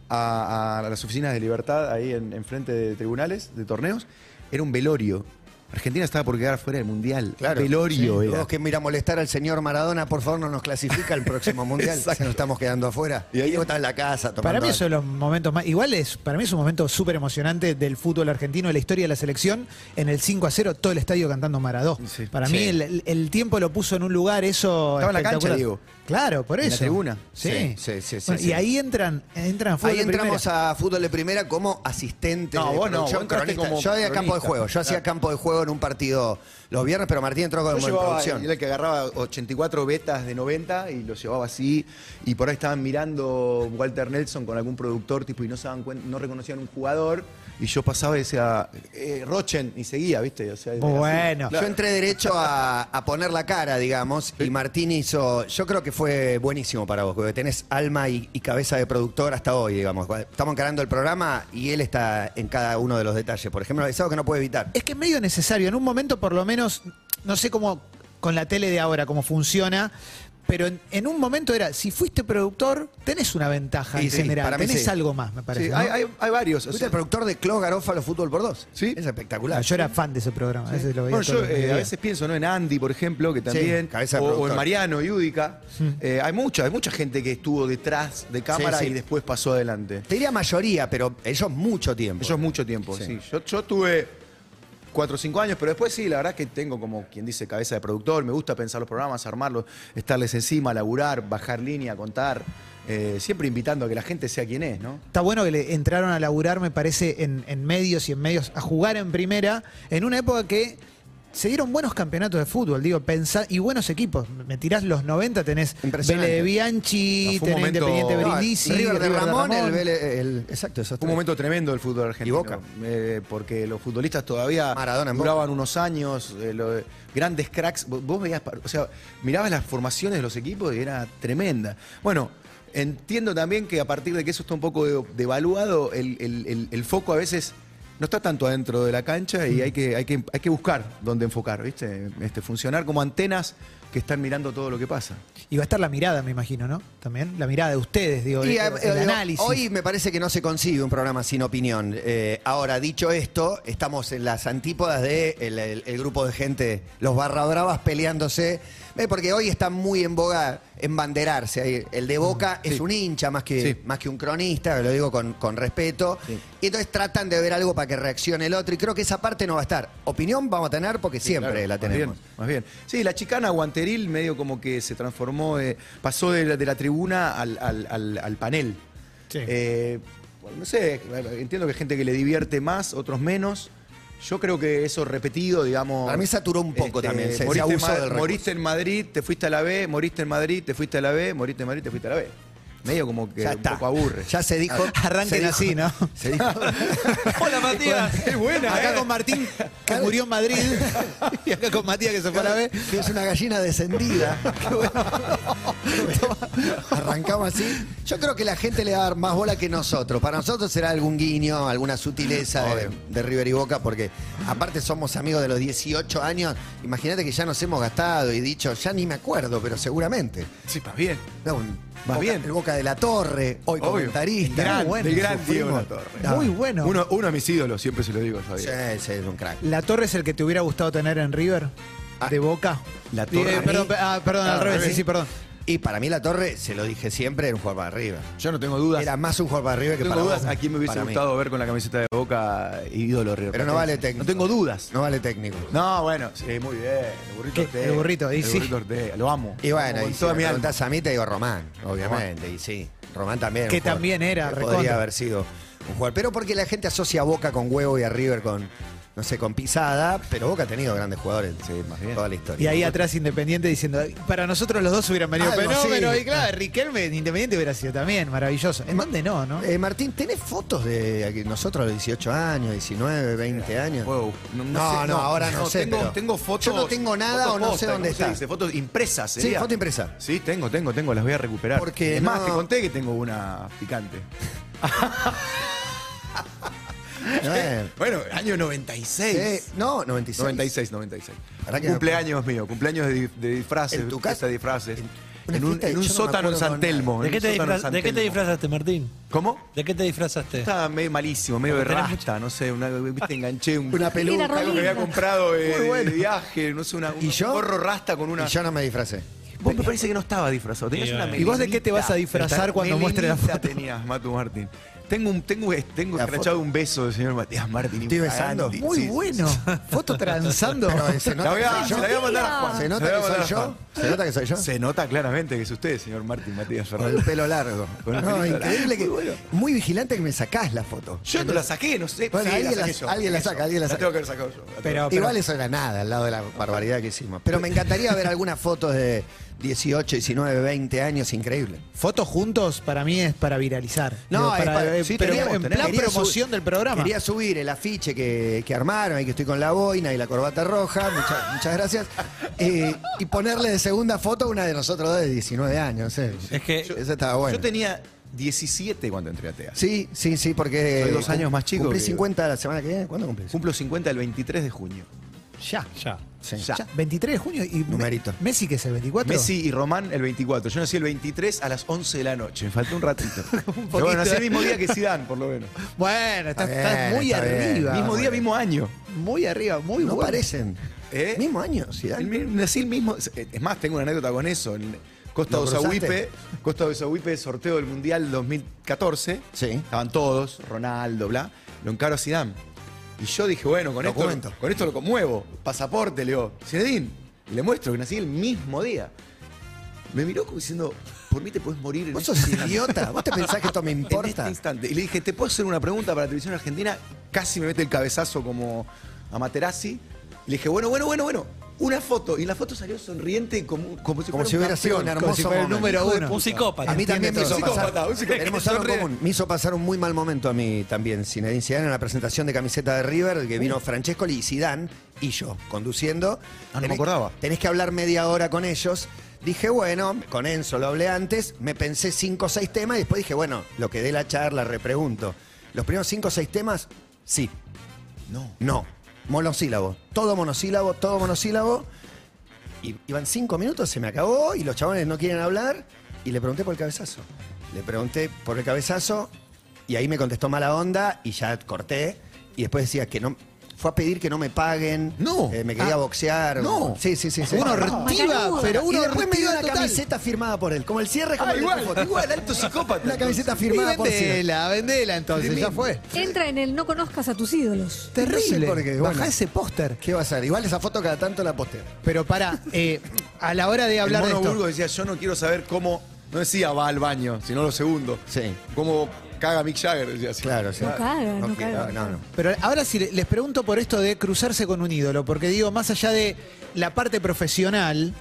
Speaker 4: a, a las oficinas de Libertad, ahí en, en frente de tribunales, de torneos. Era un velorio. Argentina estaba por quedar fuera del Mundial. Velorio
Speaker 2: Sí,
Speaker 4: era.
Speaker 2: Todos que mira molestar al señor Maradona, por favor, no nos clasifica al
Speaker 4: (laughs)
Speaker 2: próximo mundial. se nos estamos quedando afuera. Y
Speaker 4: Y ahí-
Speaker 2: ahí está en la casa tomando
Speaker 3: Para mí
Speaker 2: algo.
Speaker 3: son los momentos más. Igual es, para mí es un momento súper emocionante del fútbol argentino, de la historia de la selección. En el 5 a 0, todo el estadio cantando Maradó.
Speaker 4: Sí.
Speaker 3: Para
Speaker 4: Sí.
Speaker 3: mí, el, el tiempo lo puso en un lugar, eso.
Speaker 4: Estaba en la cancha,
Speaker 3: espectacular.
Speaker 4: Diego.
Speaker 3: Claro, por
Speaker 4: En
Speaker 3: eso.
Speaker 4: la tribuna.
Speaker 3: Sí.
Speaker 2: Sí, sí, sí, sí,
Speaker 3: Bueno,
Speaker 2: sí.
Speaker 3: Y ahí entran, entran fútbol
Speaker 2: Ahí
Speaker 3: de
Speaker 2: entramos
Speaker 3: primera.
Speaker 2: a fútbol de primera como asistente.
Speaker 4: No,
Speaker 2: de
Speaker 4: vos no,
Speaker 2: producción,
Speaker 4: vos entraste
Speaker 2: cronista.
Speaker 4: como
Speaker 2: Yo hacía campo de
Speaker 4: cronista.
Speaker 2: juego. Yo hacía campo de juego en un partido los viernes, pero Martín entró como
Speaker 4: Yo
Speaker 2: en
Speaker 4: llevaba-
Speaker 2: producción.
Speaker 4: era el que agarraba 84 betas de 90 y los llevaba así. Y por ahí estaban mirando Walter Nelson con algún productor tipo y no se daban cuen- no reconocían un jugador. Y yo pasaba y decía, eh, Rochen, y seguía, ¿viste? O sea, era así.
Speaker 3: Bueno.
Speaker 2: Yo entré derecho a, a poner la cara, digamos, y Martín hizo. Yo creo que fue buenísimo para vos, porque tenés alma y, y cabeza de productor hasta hoy, digamos. Estamos encarando el programa y él está en cada uno de los detalles. Por ejemplo, es algo que no puede evitar.
Speaker 3: Es que es medio necesario. En un momento, por lo menos, no sé cómo con la tele de ahora, cómo funciona. Pero en, en un momento era, si fuiste productor, tenés una ventaja
Speaker 2: Sí,
Speaker 3: en
Speaker 2: sí,
Speaker 3: general.
Speaker 2: para mí
Speaker 3: Tenés
Speaker 2: sí.
Speaker 3: algo más, me parece.
Speaker 4: Sí,
Speaker 3: ¿no?
Speaker 4: hay, hay- hay varios. o
Speaker 2: Fuiste
Speaker 4: sea,
Speaker 2: el productor de Clo Garófalo Fútbol por dos.
Speaker 4: Sí.
Speaker 2: Es
Speaker 3: Ah,
Speaker 2: espectacular.
Speaker 3: yo era fan de ese programa. ese lo veía
Speaker 4: Bueno,
Speaker 3: todos
Speaker 4: yo
Speaker 3: los
Speaker 4: eh, a
Speaker 3: mediodías.
Speaker 4: veces pienso ¿no? en Andy, por ejemplo, que también.
Speaker 2: cabeza de
Speaker 4: o, o
Speaker 2: productor. Mm.
Speaker 4: en Mariano, Yudica. Eh, hay mucha, hay mucha gente que estuvo detrás de cámara
Speaker 2: sí.
Speaker 4: y después pasó adelante.
Speaker 2: Te diría mayoría, pero ellos mucho tiempo.
Speaker 4: Eso es mucho tiempo, sí. Yo, yo tuve cuatro o cinco años, pero después sí, la verdad es que tengo como quien dice cabeza de productor, me gusta pensar los programas, armarlos, estarles encima, laburar, bajar línea, contar. eh, siempre invitando a que la gente sea quien es, ¿no?
Speaker 3: Está bueno que le entraron a laburar, me parece, en, en medios y en medios, a jugar en primera, en una época que se dieron buenos campeonatos de fútbol, digo, pensá, y buenos equipos. Me tirás los 90, tenés
Speaker 2: Impresionante.
Speaker 3: Vélez de Bianchi,
Speaker 4: No, fue un
Speaker 3: tenés
Speaker 4: momento-
Speaker 3: Independiente
Speaker 2: No,
Speaker 3: Brindisi,
Speaker 2: Ah, River de Ramón, el,
Speaker 3: Ramón.
Speaker 2: Vélez- el- Exacto, eso
Speaker 4: Fue un momento tremendo del fútbol argentino.
Speaker 2: Y Boca.
Speaker 4: eh, porque los futbolistas todavía
Speaker 2: Maradona en
Speaker 4: duraban unos años, eh, lo de- grandes cracks. Vos- Vos veías, par- o sea, mirabas las formaciones de los equipos y era tremenda. Bueno, entiendo también que a partir de que eso está un poco de- devaluado, el, el- el- el foco a veces no está tanto adentro de la cancha
Speaker 2: Mm.
Speaker 4: y hay que, hay que, hay que buscar dónde enfocar, ¿viste? Este, funcionar como antenas que están mirando todo lo que pasa.
Speaker 3: Y va a estar la mirada, me imagino, ¿no? También, la mirada de ustedes, digo,
Speaker 2: Y,
Speaker 3: el,
Speaker 2: a-
Speaker 3: el
Speaker 2: eh,
Speaker 3: análisis.
Speaker 2: Hoy me parece que no se consigue un programa sin opinión. Eh, ahora, dicho esto, estamos en las antípodas de el, el- el grupo de gente, los barra bravas peleándose, eh, porque hoy está muy en boga embanderarse. ahí. El de Boca es un hincha más que,
Speaker 4: Sí.
Speaker 2: más que un cronista, lo digo con, con respeto. Y entonces tratan de ver algo para que reaccione el otro, y creo que esa parte no va a estar. Opinión vamos a tener porque siempre
Speaker 4: Claro,
Speaker 2: la
Speaker 4: más
Speaker 2: tenemos.
Speaker 4: bien, Más bien, Sí, la chicana guanteril medio como que se transformó, eh, pasó de la, de la tribuna al, al- al- al panel.
Speaker 3: Sí.
Speaker 4: Eh, bueno, no sé, entiendo que hay gente que le divierte más, otros menos. Yo creo que eso repetido, digamos.
Speaker 2: Para mí saturó un poco también, se- se
Speaker 4: Este, moriste, en
Speaker 2: abusó
Speaker 4: Ma-
Speaker 2: del recurso.
Speaker 4: moriste en Madrid, te fuiste a la B, moriste en Madrid, te fuiste a la B, moriste en Madrid, te fuiste a la B. Medio como que
Speaker 2: Ya
Speaker 4: un
Speaker 2: está.
Speaker 4: poco aburre.
Speaker 2: Ya se dijo.
Speaker 3: (laughs) Arranquen
Speaker 2: se dijo- (laughs)
Speaker 3: así, ¿no?
Speaker 2: Se dijo.
Speaker 6: Hola, Matías.
Speaker 3: (laughs)
Speaker 4: Es buena,
Speaker 3: acá
Speaker 4: eh.
Speaker 3: con Martín, que murió en Madrid, (laughs) y acá con Matías, que se fue a la B.
Speaker 2: Que es una gallina (laughs) descendida. Qué bueno. Arrancamos así. Yo creo que la gente le va a dar más bola que nosotros. Para nosotros será algún guiño, alguna sutileza de, de River y Boca, porque aparte somos amigos de los 18 años. Imagínate que ya nos hemos gastado y dicho, ya ni me acuerdo, pero seguramente.
Speaker 4: Sí, más bien.
Speaker 2: No, un
Speaker 4: Más
Speaker 2: Boca-
Speaker 4: bien.
Speaker 2: El Boca época de la Torre, hoy
Speaker 4: Obvio.
Speaker 2: comentarista.
Speaker 4: Gran,
Speaker 2: Muy bueno,
Speaker 4: del gran
Speaker 2: sufrimos.
Speaker 4: Diego La Torre.
Speaker 2: Ah,
Speaker 3: Muy bueno.
Speaker 4: Uno, uno de mis ídolos, siempre se lo digo yo a
Speaker 2: Sí,
Speaker 4: Diego.
Speaker 2: sí, es un crack.
Speaker 3: ¿La Torre es el que te hubiera gustado tener en River?
Speaker 2: Ah.
Speaker 3: ¿De Boca?
Speaker 2: La Torre.
Speaker 3: Eh, perdón, pe- ah, perdón,
Speaker 2: Ah,
Speaker 3: al revés, sí, sí, perdón.
Speaker 2: Y para mí la Torre, se lo dije siempre, era un jugador para arriba.
Speaker 4: Yo no tengo dudas.
Speaker 2: Era más un jugador para arriba que
Speaker 4: no tengo
Speaker 2: para
Speaker 4: dudas
Speaker 2: Boca,
Speaker 4: a quién me hubiese
Speaker 2: para mí.
Speaker 4: gustado ver con la camiseta de Boca ídolo River.
Speaker 2: Pero no vale técnico.
Speaker 4: No tengo dudas.
Speaker 2: No vale técnico.
Speaker 4: No, bueno, sí, muy bien. El burrito
Speaker 3: ¿Qué?
Speaker 4: Ortega.
Speaker 3: El burrito, y
Speaker 4: El
Speaker 3: sí.
Speaker 4: burrito Ortega, lo amo.
Speaker 2: Y bueno,
Speaker 4: Con
Speaker 2: y si
Speaker 4: toda
Speaker 2: me
Speaker 4: mi alma.
Speaker 2: preguntás a mí, te digo Román, obviamente, y sí. Román también.
Speaker 3: Que
Speaker 2: un jugador
Speaker 3: también era,
Speaker 2: que
Speaker 3: recontra.
Speaker 2: Podría haber sido un jugador. Pero porque la gente asocia a Boca con huevo y a River con, no sé, con pisada. Pero Boca ha tenido grandes jugadores
Speaker 4: Sí, más bien.
Speaker 2: toda la historia.
Speaker 3: Y ahí atrás Independiente diciendo, para nosotros los dos hubieran venido
Speaker 2: Algo
Speaker 3: fenómenos.
Speaker 2: así.
Speaker 3: Y claro, Riquelme en Independiente hubiera sido también maravilloso. En Mande no, ¿no?
Speaker 2: Eh, Martín, ¿tenés fotos de aquí- nosotros los 18 años, 19, 20 años?
Speaker 4: Eh, Wow,
Speaker 2: No, no, ahora no, sé.
Speaker 4: Tengo,
Speaker 2: pero
Speaker 4: tengo fotos.
Speaker 2: Yo no tengo nada
Speaker 4: fotos
Speaker 2: o no
Speaker 4: posta,
Speaker 2: sé dónde
Speaker 4: ¿cómo se
Speaker 2: está.
Speaker 4: dice? Fotos impresas,
Speaker 2: Sí,
Speaker 4: sería.
Speaker 2: foto impresa.
Speaker 4: Sí, tengo, tengo, tengo, las voy a recuperar.
Speaker 2: Porque
Speaker 4: es más,
Speaker 2: no-
Speaker 4: te conté que tengo una picante.
Speaker 2: No, eh,
Speaker 4: (laughs) Bueno, año 96.
Speaker 2: eh, no, 96.
Speaker 4: 96, 96.
Speaker 2: Ahora que-
Speaker 4: cumpleaños mío, cumpleaños de, dif- de disfraces.
Speaker 2: ¿En tu casa?
Speaker 4: fiesta de disfraces.
Speaker 2: En-
Speaker 4: En,
Speaker 2: una
Speaker 4: un,
Speaker 2: fiesta de-
Speaker 4: en un
Speaker 2: yo no me
Speaker 4: sótano en
Speaker 2: acuerdo
Speaker 4: San
Speaker 2: con
Speaker 4: Telmo.
Speaker 6: ¿De
Speaker 4: en
Speaker 6: qué,
Speaker 4: un
Speaker 6: te
Speaker 4: sótano en
Speaker 6: disfraz-
Speaker 4: San
Speaker 6: ¿De qué te
Speaker 4: Telmo.
Speaker 6: disfrazaste, Martín?
Speaker 4: ¿Cómo?
Speaker 6: ¿De qué te disfrazaste?
Speaker 4: Estaba medio malísimo, medio de
Speaker 6: Porque tenés
Speaker 4: rasta, no sé, una, viste, enganché un,
Speaker 2: Una peluca.
Speaker 4: algo que había comprado eh, de, de viaje, no sé, una,
Speaker 2: ¿Y
Speaker 4: un
Speaker 2: yo?
Speaker 4: gorro rasta con una...
Speaker 2: Y yo no me disfracé.
Speaker 4: Vos me parece que no estaba disfrazado, tenías
Speaker 6: Sí,
Speaker 4: una
Speaker 6: bueno.
Speaker 3: ¿Y vos de qué te vas a
Speaker 4: melenita.
Speaker 3: disfrazar cuando muestre la
Speaker 4: Melenita
Speaker 3: foto?
Speaker 4: tenías, Matu Martín. Tengo, un, tengo, tengo
Speaker 2: La
Speaker 4: escrachado un beso del señor Matías Martín.
Speaker 2: Estoy besando.
Speaker 4: impagante.
Speaker 3: Muy
Speaker 4: Sí, sí,
Speaker 3: bueno. (laughs) Foto transando.
Speaker 2: Pero eh, se
Speaker 4: La
Speaker 2: nota
Speaker 4: voy
Speaker 2: que
Speaker 4: a,
Speaker 2: soy
Speaker 4: se
Speaker 2: yo.
Speaker 4: la voy a mandar a Juan.
Speaker 2: Se
Speaker 4: la
Speaker 2: nota
Speaker 4: voy
Speaker 2: que
Speaker 4: a
Speaker 2: soy
Speaker 4: mandar a
Speaker 2: yo.
Speaker 4: Juan.
Speaker 2: Se nota que soy yo.
Speaker 4: Se nota claramente que es usted, señor Martín Matías
Speaker 2: Con el
Speaker 4: Fernández.
Speaker 2: pelo largo.
Speaker 4: Con el
Speaker 2: No,
Speaker 4: pelito largo.
Speaker 2: increíble que.
Speaker 4: Muy bueno.
Speaker 2: Muy vigilante que me sacás la foto.
Speaker 4: Yo no la saqué, no sé.
Speaker 2: Bueno,
Speaker 4: sí,
Speaker 2: alguien
Speaker 4: saqué
Speaker 2: la-
Speaker 4: yo.
Speaker 2: alguien la
Speaker 4: Eso.
Speaker 2: saca, alguien la saca.
Speaker 4: tengo que haber sacado yo. la
Speaker 3: Pero-
Speaker 2: Igual eso era nada al lado de la barbaridad que hicimos. Pero me encantaría ver algunas fotos de 18, 19, 20 años, increíble.
Speaker 3: Fotos juntos para mí es para viralizar.
Speaker 2: No,
Speaker 3: Digo,
Speaker 2: es
Speaker 3: para-
Speaker 2: para-
Speaker 3: eh,
Speaker 2: sí,
Speaker 3: pero
Speaker 2: teníamos-
Speaker 3: en
Speaker 2: teníamos-
Speaker 3: plan
Speaker 2: quería
Speaker 3: promoción
Speaker 2: subir-
Speaker 3: del programa.
Speaker 2: Quería subir el afiche que, que armaron, ahí que estoy con la boina y la corbata roja, muchas, muchas gracias. Eh, y ponerle de segunda foto una de nosotros dos de 19 años. no sé.
Speaker 6: Es que-
Speaker 2: Yo- Eso estaba bueno.
Speaker 4: Yo tenía 17 cuando entré a TEA.
Speaker 2: Sí, sí, sí, porque.
Speaker 4: Soy dos años más chico
Speaker 2: Cumplí
Speaker 4: que-
Speaker 2: 50 la semana que viene. ¿Cuándo cumplís?
Speaker 4: Cumplo 50 el 23 de junio.
Speaker 3: Ya.
Speaker 6: Ya.
Speaker 2: Sí.
Speaker 4: Ya.
Speaker 3: Ya, 23 de junio y Me-
Speaker 2: Numerito.
Speaker 3: Messi que es el 24.
Speaker 4: Messi y Román el 24. Yo nací el 23 a las 11 de la noche. Me faltó un ratito.
Speaker 3: (laughs) Un
Speaker 4: Pero
Speaker 3: poquito.
Speaker 4: bueno, nací el mismo día que Zidane, por lo menos.
Speaker 3: Bueno, estás,
Speaker 2: Está
Speaker 3: estás
Speaker 2: bien,
Speaker 3: muy
Speaker 2: está bien.
Speaker 3: arriba.
Speaker 4: mismo día, mismo año.
Speaker 3: Muy arriba, muy
Speaker 2: No
Speaker 3: bueno.
Speaker 2: parecen.
Speaker 4: ¿Eh?
Speaker 2: Mismo año, sí.
Speaker 4: El mi- nací el mismo. Es más, tengo una anécdota con eso. En Costa
Speaker 2: ¿Lo
Speaker 4: de Osahuipe,
Speaker 2: cruzaste?
Speaker 4: Costa de Osahuipe, sorteo del Mundial 2014.
Speaker 2: Sí.
Speaker 4: Estaban todos, Ronaldo, bla. Lo encaro a Zidane. Y yo dije, bueno, con esto,
Speaker 2: Documento.
Speaker 4: con esto lo conmuevo. Pasaporte, le digo, Zinedine. Y le muestro que nací el mismo día. Me miró como diciendo, por mí te puedes morir en
Speaker 2: Vos
Speaker 4: este
Speaker 2: sos
Speaker 4: (laughs) instante".
Speaker 2: idiota. ¿Vos te pensás que esto me
Speaker 4: En
Speaker 2: importa?
Speaker 4: este instante. Y le dije, ¿te puedo hacer una pregunta para la televisión argentina? Casi me mete el cabezazo como a Materazzi. Y le dije, bueno, bueno, bueno, bueno. Una foto. Y en la foto salió sonriente y como, como si,
Speaker 2: Como
Speaker 4: fuera
Speaker 2: si
Speaker 4: un
Speaker 2: hubiera sido un hermoso
Speaker 4: campeón.
Speaker 3: como si fuera el
Speaker 2: momento.
Speaker 3: número
Speaker 4: Hijo de
Speaker 3: uno.
Speaker 4: puta.
Speaker 6: Un psicópata.
Speaker 2: A mí también me
Speaker 4: Entiende
Speaker 2: hizo
Speaker 4: todo.
Speaker 2: pasar.
Speaker 4: Psicópata, un psicópata.
Speaker 2: Tenemos algo
Speaker 6: Sonríe.
Speaker 2: común. Me hizo pasar un muy mal momento a mí también, Zinedine Zidane, en la presentación de camiseta de River, que vino Francesco y Zidane y yo, conduciendo.
Speaker 4: Ah, no me
Speaker 2: Tenés-
Speaker 4: acordaba.
Speaker 2: Tenés que hablar media hora con ellos. Dije, bueno, con Enzo lo hablé antes, me pensé cinco o seis temas y después dije, bueno, lo que dé la charla, repregunto. Los primeros cinco o seis temas, sí,
Speaker 4: No.
Speaker 2: no, monosílabo. Todo monosílabo, todo monosílabo. Y iban cinco minutos, se me acabó y los chabones no quieren hablar. Y le pregunté por el cabezazo. Le pregunté por el cabezazo y ahí me contestó mala onda y ya corté. Y después decía que no. Fue a pedir que no me paguen.
Speaker 4: No.
Speaker 2: Eh, me quería
Speaker 4: Ah,
Speaker 2: boxear.
Speaker 4: no.
Speaker 2: Sí, sí, sí. sí.
Speaker 3: Una
Speaker 5: Macanudo.
Speaker 3: ortiva, pero
Speaker 2: y
Speaker 3: una
Speaker 2: después me dio
Speaker 3: ortiva
Speaker 2: una
Speaker 3: total.
Speaker 2: camiseta firmada por él. Como el cierre, como
Speaker 4: Ah,
Speaker 2: el de tu
Speaker 4: igual,
Speaker 2: foto.
Speaker 4: igual, alto psicópata.
Speaker 2: Una camiseta
Speaker 3: Y
Speaker 2: firmada por él.
Speaker 3: vendela, vendela entonces, ya fue.
Speaker 5: Entra en el no conozcas a tus ídolos.
Speaker 3: Terrible.
Speaker 2: No sé por qué, bueno.
Speaker 3: Bajá ese póster.
Speaker 2: ¿Qué va a ser? Igual esa foto cada tanto la posteo.
Speaker 3: Pero para, Eh, a la hora de
Speaker 4: El
Speaker 3: hablar de
Speaker 4: mono
Speaker 3: esto.
Speaker 4: Burgos decía, yo no quiero saber cómo... No decía va al baño, sino lo segundo.
Speaker 2: Sí.
Speaker 4: Cómo caga Mick Jagger, decía así.
Speaker 2: Claro, sí.
Speaker 5: No caga, no
Speaker 2: Ok,
Speaker 5: caga.
Speaker 2: No, no.
Speaker 3: Pero ahora sí les pregunto por esto de cruzarse con un ídolo, porque digo, más allá de la parte profesional,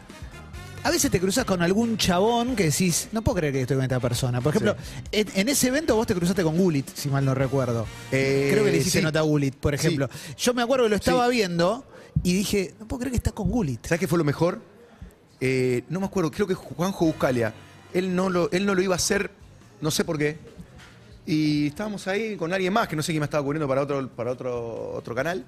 Speaker 3: a veces te cruzas con algún chabón que decís, no puedo creer que estoy con esta persona. Por ejemplo, en, en ese evento vos te cruzaste con Gulit, si mal no recuerdo.
Speaker 4: Eh,
Speaker 3: Creo que le hiciste
Speaker 4: sí.
Speaker 3: nota a Gulit, por
Speaker 4: Sí.
Speaker 3: ejemplo. Yo me acuerdo que lo estaba viendo y dije, no puedo creer que está con Gulit.
Speaker 4: ¿Sabes qué fue lo mejor? Eh, no me acuerdo, creo que Juanjo Buscalia. Él no, lo, él no lo iba a hacer, no sé por qué. Y estábamos ahí con alguien más, que no sé quién me estaba cubriendo para otro, para otro, otro canal.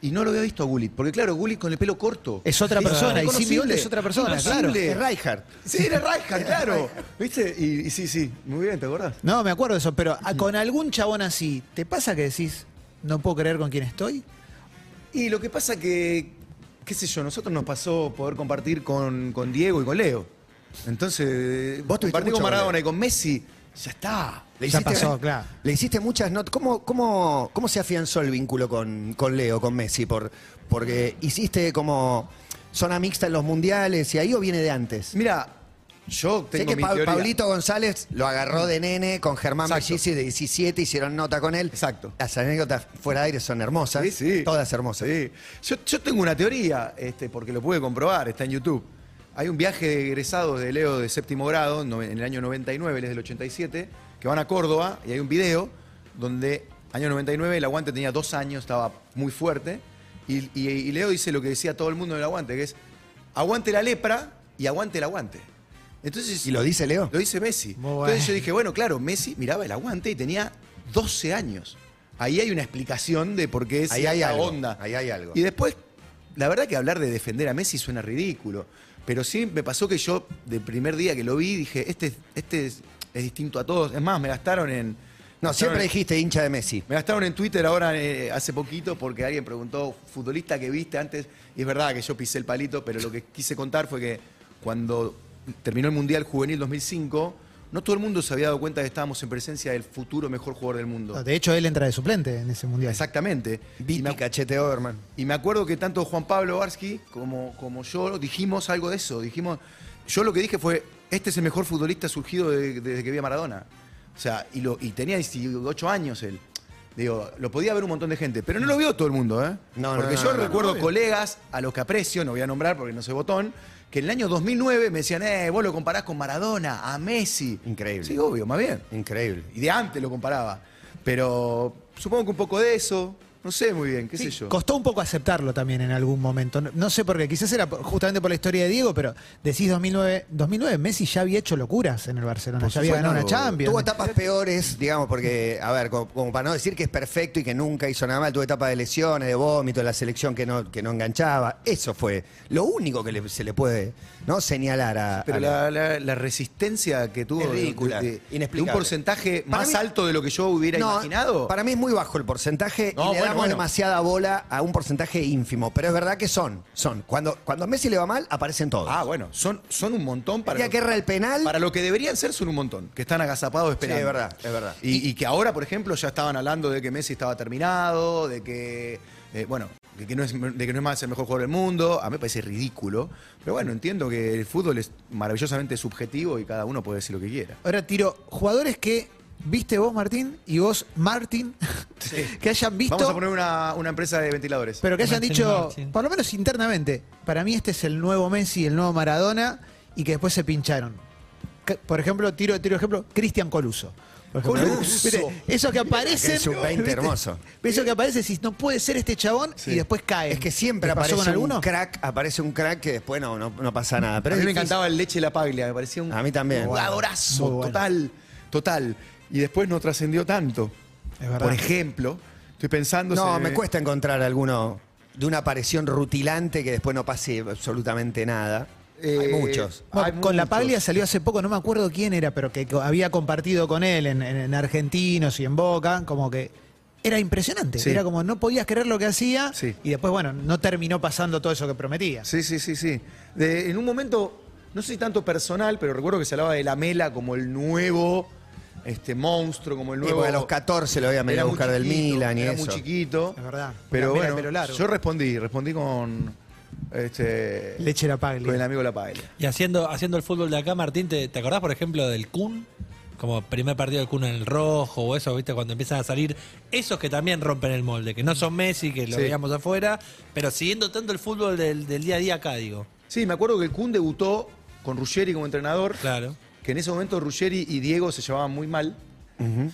Speaker 4: Y no lo había visto a Gullit, porque claro, Gullit con el pelo corto.
Speaker 3: Es otra
Speaker 4: Sí,
Speaker 3: persona, y
Speaker 4: reconocible.
Speaker 3: Simeone es otra persona, claro.
Speaker 4: Imposible.
Speaker 2: Es Rijkaard.
Speaker 4: Sí, era Rijkaard,
Speaker 3: (laughs)
Speaker 4: claro. ¿Viste? Y, y sí, sí, muy bien, ¿te acordás?
Speaker 3: No, me acuerdo de eso, pero a- con algún chabón así, ¿te pasa que decís, no puedo creer con quién estoy?
Speaker 4: Y lo que pasa que, qué sé yo, nosotros nos pasó poder compartir con, con Diego y con Leo. Entonces,
Speaker 2: Vos tuviste
Speaker 4: compartir
Speaker 2: mucho
Speaker 4: con
Speaker 2: con
Speaker 4: Maradona
Speaker 2: Leo.
Speaker 4: y con Messi, ya está.
Speaker 2: Le
Speaker 3: Ya
Speaker 2: hiciste- (laughs)
Speaker 3: pasó, claro.
Speaker 2: Le hiciste muchas notas. ¿Cómo, cómo, ¿Cómo se afianzó el vínculo con, con Leo, con Messi? Por, porque hiciste como zona mixta en los mundiales y ahí o viene de antes.
Speaker 4: Mira, yo tengo
Speaker 2: Sé que
Speaker 4: mi
Speaker 2: Pa-
Speaker 4: teoría.
Speaker 2: Pablito González lo agarró de nene con Germán
Speaker 4: Exacto.
Speaker 2: Mellici de 17, hicieron nota con él.
Speaker 4: Exacto.
Speaker 2: Las anécdotas fuera de aire son hermosas.
Speaker 4: Sí, sí.
Speaker 2: Todas hermosas.
Speaker 4: Sí. Yo, yo tengo una teoría, este, porque lo pude comprobar, está en YouTube. Hay un viaje de egresados de Leo de séptimo grado, no- en el año 99, él es del 87, que van a Córdoba y hay un video donde, año 99, el aguante tenía dos años, estaba muy fuerte. Y, y- y Leo dice lo que decía todo el mundo en el aguante, que es aguante la lepra y aguante el aguante. Entonces,
Speaker 2: ¿Y lo dice Leo?
Speaker 4: lo dice Messi.
Speaker 3: Muy
Speaker 4: Entonces yo
Speaker 3: bueno.
Speaker 4: dije, bueno, claro, Messi miraba el aguante y tenía 12 años. Ahí hay una explicación de por qué es
Speaker 2: Ahí hay
Speaker 4: esta
Speaker 2: algo,
Speaker 4: onda.
Speaker 2: ahí hay algo.
Speaker 4: Y después, la verdad que hablar de defender a Messi suena ridículo. Pero sí me pasó que yo, del primer día que lo vi, dije, este, este es, es distinto a todos. Es más, me gastaron en.
Speaker 2: No,
Speaker 4: gastaron
Speaker 2: siempre
Speaker 4: en-
Speaker 2: dijiste hincha de Messi.
Speaker 4: me gastaron en Twitter ahora eh, hace poquito porque alguien preguntó, futbolista que viste antes, y es verdad que yo pisé el palito, pero lo que quise contar fue que cuando terminó el Mundial Juvenil 2005, no todo el mundo se había dado cuenta que estábamos en presencia del futuro mejor jugador del mundo.
Speaker 3: No, de hecho, él entra de suplente en ese mundial.
Speaker 4: Exactamente. Y
Speaker 2: Viti
Speaker 4: me,
Speaker 2: Cachete Overman.
Speaker 4: y me acuerdo que tanto Juan Pablo Barsky como, como yo dijimos algo de eso. Dijimos, yo lo que dije fue, este es el mejor futbolista surgido de- desde que vi a Maradona. O sea, y, lo, y tenía 18 años él. Digo, lo podía ver un montón de gente, pero no lo vio todo el mundo, ¿eh?
Speaker 2: No, no,
Speaker 4: porque
Speaker 2: no,
Speaker 4: yo
Speaker 2: no, no,
Speaker 4: recuerdo colegas a los que aprecio, no voy a nombrar porque no sé botón, que en el año 2009 me decían, eh, vos lo comparás con Maradona, a Messi.
Speaker 2: Increíble.
Speaker 4: Sí, obvio, más bien.
Speaker 2: Increíble.
Speaker 4: Y de antes lo comparaba. Pero supongo que un poco de eso, no sé muy bien, qué sé yo.
Speaker 3: Costó un poco aceptarlo también en algún momento. No, no sé por qué, quizás era por- justamente por la historia de Diego, pero decís 2009, 2009 Messi ya había hecho locuras en el Barcelona,
Speaker 4: Por
Speaker 3: ya había
Speaker 4: supuesto.
Speaker 3: ganado una Champions.
Speaker 2: Tuvo etapas peores, digamos, porque, a ver, como, como para no decir que es perfecto y que nunca hizo nada mal, tuvo etapas de lesiones, de vómito, de la selección que no, que no enganchaba. Eso fue lo único que le- se le puede ¿no? señalar a.
Speaker 4: Pero
Speaker 2: a-
Speaker 4: la, la- la resistencia que tuvo
Speaker 2: Es
Speaker 4: de-
Speaker 2: ridícula,
Speaker 4: de, de- de
Speaker 2: inexplicable.
Speaker 4: un porcentaje
Speaker 2: Para
Speaker 4: más
Speaker 2: mí-
Speaker 4: alto de lo que yo hubiera
Speaker 2: No,
Speaker 4: imaginado.
Speaker 2: Para mí es muy bajo el porcentaje
Speaker 4: No,
Speaker 2: y le
Speaker 4: bueno,
Speaker 2: damos
Speaker 4: bueno.
Speaker 2: demasiada bola a un porcentaje ínfimo. Pero es verdad que son, son. Cuando, cuando a Messi le va mal, aparecen todos.
Speaker 4: ah, bueno, son, son un montón para
Speaker 2: El día
Speaker 4: lo,
Speaker 2: que erra el penal-
Speaker 4: Para lo que deberían ser son un montón, que están agazapados esperando.
Speaker 2: es verdad, es verdad.
Speaker 4: Y, y que ahora, por ejemplo, ya estaban hablando de que Messi estaba terminado, de que eh, bueno, de que no es de que no es más el mejor jugador del mundo. A mí me parece ridículo, pero bueno, entiendo que el fútbol es maravillosamente subjetivo y cada uno puede decir lo que quiera.
Speaker 3: Ahora tiro, jugadores que viste vos, Martín, y vos, Martín, (laughs) que hayan visto...
Speaker 4: Vamos a poner una, una empresa de ventiladores.
Speaker 3: Pero que hayan
Speaker 6: Martín,
Speaker 3: dicho,
Speaker 6: Martín.
Speaker 3: por lo menos internamente, para mí este es el nuevo Messi, el nuevo Maradona, y que después se pincharon. Que- Por ejemplo, tiro, tiro ejemplo, Cristian Coluso. Por ejemplo,
Speaker 4: Coluso.
Speaker 3: ¿viste? Esos que aparecen.
Speaker 2: Aquel sub-20
Speaker 3: ¿viste?
Speaker 2: hermoso.
Speaker 3: Esos que aparecen, si no puede ser este chabón, y después cae.
Speaker 2: Es que siempre
Speaker 3: ¿Les pasó
Speaker 2: aparece
Speaker 3: con alguno?
Speaker 2: un crack, aparece un crack que después no, no, no pasa nada. Pero
Speaker 4: a
Speaker 2: es
Speaker 4: mí me
Speaker 2: difícil.
Speaker 4: encantaba el leche y la paglia, me parecía un
Speaker 2: A mí también.
Speaker 4: jugadorazo,
Speaker 3: Muy bueno.
Speaker 4: total, total. Y después no trascendió tanto.
Speaker 3: Es verdad.
Speaker 4: Por ejemplo, estoy pensando.
Speaker 2: No,
Speaker 4: se-
Speaker 2: me cuesta encontrar alguno de una aparición rutilante que después no pase absolutamente nada. Hay
Speaker 4: Eh,
Speaker 2: muchos.
Speaker 3: Bueno,
Speaker 4: hay
Speaker 3: con
Speaker 4: muchos.
Speaker 3: la Paglia salió hace poco, no me acuerdo quién era, pero que co- había compartido con él en, en- en Argentinos y en Boca, como que era impresionante.
Speaker 4: Sí.
Speaker 3: Era como no podías creer lo que hacía
Speaker 4: Sí.
Speaker 3: y después, bueno, no terminó pasando todo eso que prometía.
Speaker 4: Sí, sí, sí, sí. De- en un momento, no sé si tanto personal, pero recuerdo que se hablaba de la mela como el nuevo este monstruo, como el
Speaker 2: Y
Speaker 4: nuevo.
Speaker 2: porque a los 14 lo voy a venir
Speaker 4: Era
Speaker 2: a
Speaker 4: muy
Speaker 2: buscar del
Speaker 4: chiquito,
Speaker 2: Milan y
Speaker 4: era
Speaker 2: eso.
Speaker 4: muy chiquito.
Speaker 3: Es verdad.
Speaker 4: Pero
Speaker 3: La mela,
Speaker 4: bueno,
Speaker 3: pelo largo.
Speaker 4: yo respondí, respondí con. Este,
Speaker 3: Leche la Paglia.
Speaker 4: Con el amigo La Paglia.
Speaker 6: Y haciendo, haciendo el fútbol de acá, Martín, ¿te, te acordás, por ejemplo, del Kun? Como primer partido del Kun en el rojo o eso, ¿viste? Cuando empiezan a salir esos que también rompen el molde, que no son Messi, que lo
Speaker 4: Sí.
Speaker 6: veíamos afuera, pero siguiendo tanto el fútbol del, del día a día acá, digo.
Speaker 4: Sí, me acuerdo que el Kun debutó con Ruggeri como entrenador.
Speaker 6: Claro.
Speaker 4: Que en ese momento Ruggeri y Diego se llevaban muy mal.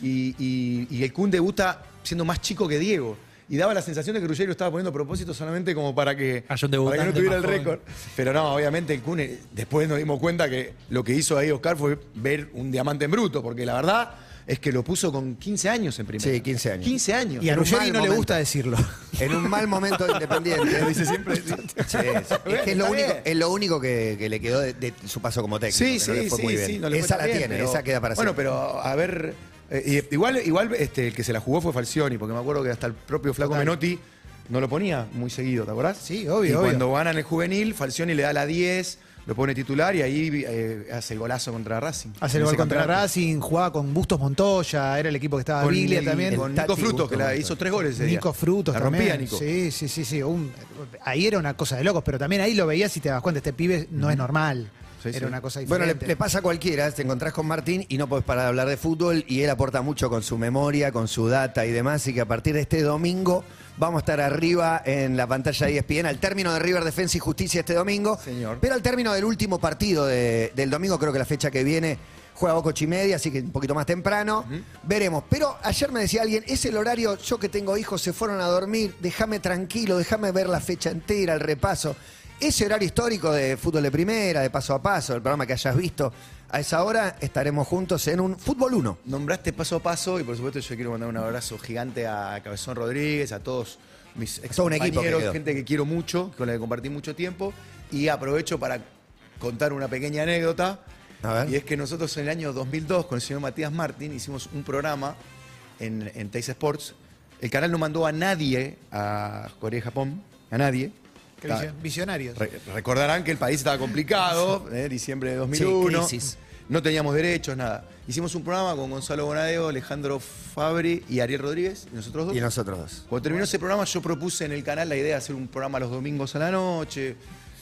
Speaker 4: y, y- y el Kun debuta siendo más chico que Diego. Y daba la sensación de que Ruggeri lo estaba poniendo a propósito solamente como para que,
Speaker 2: Ah,
Speaker 6: Haya un
Speaker 4: para que no
Speaker 6: debutante
Speaker 4: tuviera el
Speaker 6: más joven.
Speaker 4: récord. Pero no, obviamente el Kun, eh, después nos dimos cuenta que lo que hizo ahí Oscar fue ver un diamante en bruto, porque la verdad es que lo puso con 15 años en primera.
Speaker 2: Sí, 15 años.
Speaker 4: 15 años.
Speaker 2: Y
Speaker 3: Y
Speaker 2: en
Speaker 3: a
Speaker 2: un mal
Speaker 3: Ruggeri no
Speaker 2: momento.
Speaker 3: le gusta
Speaker 4: (laughs)
Speaker 3: decirlo.
Speaker 2: En un mal momento de Independiente.
Speaker 4: Lo (laughs) dice siempre. Sí, (laughs)
Speaker 2: Sí, sí. Es, que es lo
Speaker 4: Está bien.
Speaker 2: único, es lo único que, que le quedó de, de su paso como técnico.
Speaker 4: Sí,
Speaker 2: que
Speaker 4: sí,
Speaker 2: no le fue
Speaker 4: sí,
Speaker 2: muy bien.
Speaker 4: sí, no le fue
Speaker 2: esa
Speaker 4: tan
Speaker 2: la
Speaker 4: bien,
Speaker 2: tiene,
Speaker 4: pero-
Speaker 2: esa queda para
Speaker 4: Bueno,
Speaker 2: siempre.
Speaker 4: pero a ver. eh, y- igual igual este, el que se la jugó fue Falcioni, porque me acuerdo que hasta el propio Flaco Menotti no lo ponía muy seguido, ¿te acordás?
Speaker 3: Sí, obvio,
Speaker 4: Y
Speaker 3: obvio.
Speaker 4: cuando ganan el juvenil, Falcioni le da la 10, lo pone titular y ahí eh, hace el golazo contra Racing.
Speaker 3: Hace el
Speaker 4: En
Speaker 3: gol
Speaker 4: ese
Speaker 3: contra
Speaker 4: campeonato.
Speaker 3: Racing, jugaba con Bustos Montoya, era el equipo que estaba
Speaker 4: Con
Speaker 3: Viglia
Speaker 4: el-
Speaker 3: también.
Speaker 4: Con
Speaker 2: El
Speaker 4: Nico
Speaker 2: Tati
Speaker 4: Frutos,
Speaker 2: Gusto
Speaker 4: que la
Speaker 2: Montoya.
Speaker 4: hizo tres goles. ese día.
Speaker 3: Nico Frutos
Speaker 4: La rompía
Speaker 3: también.
Speaker 4: Nico.
Speaker 3: Sí, sí, sí, sí. un- ahí era una cosa de locos, pero también ahí lo veías y te das cuenta, este pibe no es normal.
Speaker 4: Sí,
Speaker 3: era
Speaker 4: sí.
Speaker 3: una cosa
Speaker 2: Bueno,
Speaker 3: diferente.
Speaker 2: le, le pasa a cualquiera, te encontrás con Martín y no podés parar de hablar de fútbol y él aporta mucho con su memoria, con su data y demás, y que a partir de este domingo vamos a estar arriba en la pantalla de E ESPN al término de River Defensa y Justicia este domingo,
Speaker 4: Señor.
Speaker 2: pero al término del último partido de- del domingo, creo que la fecha que viene juega Boca ocho y media, así que un poquito más temprano, veremos. Pero ayer me decía alguien, es el horario, yo que tengo hijos se fueron a dormir, déjame tranquilo, déjame ver la fecha entera, el repaso. Ese horario histórico de fútbol de primera, de paso a paso, el programa que hayas visto, a esa hora estaremos juntos en un Fútbol 1.
Speaker 4: Nombraste paso a paso y por supuesto yo quiero mandar un abrazo gigante a Cabezón Rodríguez, a todos mis ex
Speaker 2: todo un equipo que
Speaker 4: compañeros,
Speaker 2: quedó.
Speaker 4: gente que quiero mucho, con la que compartí mucho tiempo y aprovecho para contar una pequeña anécdota.
Speaker 2: A ver.
Speaker 4: Y es que nosotros en el año 2002 con el señor Matías Martín hicimos un programa en, en Teis Sports. El canal no mandó a nadie a Corea y Japón, a nadie.
Speaker 3: Qué
Speaker 4: Está-
Speaker 3: visio- Visionarios.
Speaker 4: Re- recordarán que el país estaba complicado, ¿eh? diciembre de 2001.
Speaker 2: Sí, crisis.
Speaker 4: No teníamos derechos, nada. Hicimos un programa con Gonzalo Bonadeo, Alejandro Fabri y Ariel Rodríguez, y nosotros dos.
Speaker 2: Y nosotros dos.
Speaker 4: Cuando terminó ese programa, yo propuse en el canal la idea de hacer un programa los domingos a la noche,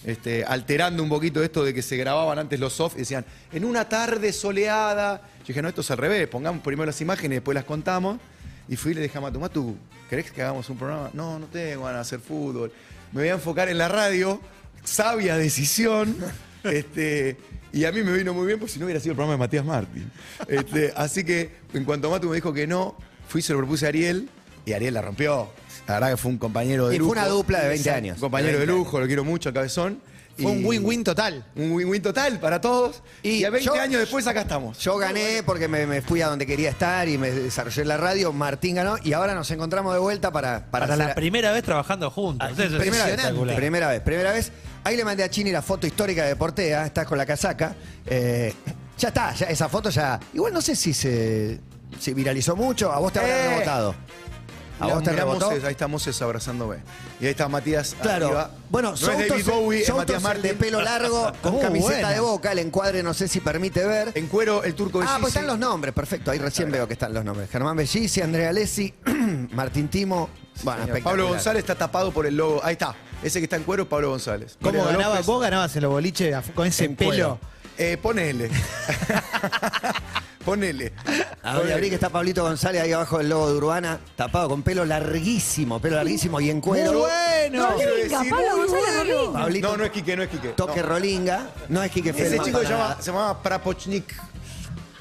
Speaker 4: este, alterando un poquito esto de que se grababan antes los off y decían, en una tarde soleada. Yo dije, no, esto es al revés, pongamos primero las imágenes, después las contamos. Y fui y le dije a Matu, Matu, ¿querés que hagamos un programa? No, no tengo ganas de hacer fútbol. Me voy a enfocar en la radio, sabia (laughs) decisión. este, y a mí me vino muy bien, por si no hubiera sido el programa de Matías Martín. Este, así que, en cuanto Matu me dijo que no, fui y se lo propuse a Ariel. Y Ariel la rompió. La verdad que fue un compañero de
Speaker 2: Y fue
Speaker 4: lujo.
Speaker 2: una dupla de 20 años.
Speaker 4: Un compañero de lujo, lo quiero mucho, cabezón.
Speaker 3: Fue un
Speaker 4: Y-
Speaker 3: win-win total.
Speaker 4: Un win-win total para todos.
Speaker 2: Y
Speaker 4: Y, a 20
Speaker 2: yo-
Speaker 4: años después acá estamos.
Speaker 2: Yo gané porque me, me fui a donde quería estar y me desarrollé en la radio, Martín ganó y ahora nos encontramos de vuelta para, para,
Speaker 6: Para, la
Speaker 2: hacer-
Speaker 6: primera vez trabajando juntos. Eso es
Speaker 2: Primera vez,
Speaker 6: espectacular.
Speaker 2: primera vez, primera vez. Ahí le mandé a Chini la foto histórica de Portea, estás con la casaca. Eh, ya está, ya, esa foto ya. Igual no sé si se, se viralizó mucho, a vos te habrán
Speaker 4: Eh.
Speaker 2: rebotado. A
Speaker 4: Mirá-
Speaker 2: vos te
Speaker 4: mirá
Speaker 2: rebotó.
Speaker 4: Moses, ahí está Moses abrazándome. Y ahí está Matías.
Speaker 2: Claro.
Speaker 4: arriba.
Speaker 2: Bueno,
Speaker 4: no es
Speaker 2: Soutos,
Speaker 4: David Bowie, es
Speaker 2: Soutos,
Speaker 4: Matías
Speaker 2: el
Speaker 4: Martín.
Speaker 2: de pelo
Speaker 4: (laughs)
Speaker 2: largo, con
Speaker 3: Uh,
Speaker 2: camiseta
Speaker 3: buena.
Speaker 2: de boca, el encuadre no sé si permite ver.
Speaker 4: En cuero, el turco de
Speaker 2: Ah,
Speaker 4: Sisi.
Speaker 2: pues están los nombres, perfecto. Ahí recién veo que están los nombres. Germán Bellisi, Andrea Lesi, (clears throat) Martín Timo. Bueno,
Speaker 4: Señor,
Speaker 2: espectacular.
Speaker 4: Pablo González está tapado por el logo. Ahí está. Ese que está en cuero, Pablo González.
Speaker 3: ¿Cómo
Speaker 4: Mariano
Speaker 3: ganaba,
Speaker 4: López.
Speaker 3: vos ganabas en los boliches a- con ese
Speaker 4: En
Speaker 3: pelo?
Speaker 4: cuero. Eh, ponele. (laughs) ponele.
Speaker 2: Ahora abrí que está Pablito González ahí abajo del logo de Urbana, tapado con pelo larguísimo, pelo larguísimo y en cuero.
Speaker 3: Muy bueno.
Speaker 4: No, quiero decir-
Speaker 5: Rolinga, Pablo
Speaker 4: Muy
Speaker 5: González Rolinga.
Speaker 2: Pablito,
Speaker 4: No, no es Quique, no es Quique.
Speaker 2: toque
Speaker 4: No.
Speaker 2: rolinga. No es Quique
Speaker 4: Ese
Speaker 2: Feldman
Speaker 4: chico se
Speaker 2: para
Speaker 4: llamaba,
Speaker 2: nada.
Speaker 4: se llamaba Prapochnik.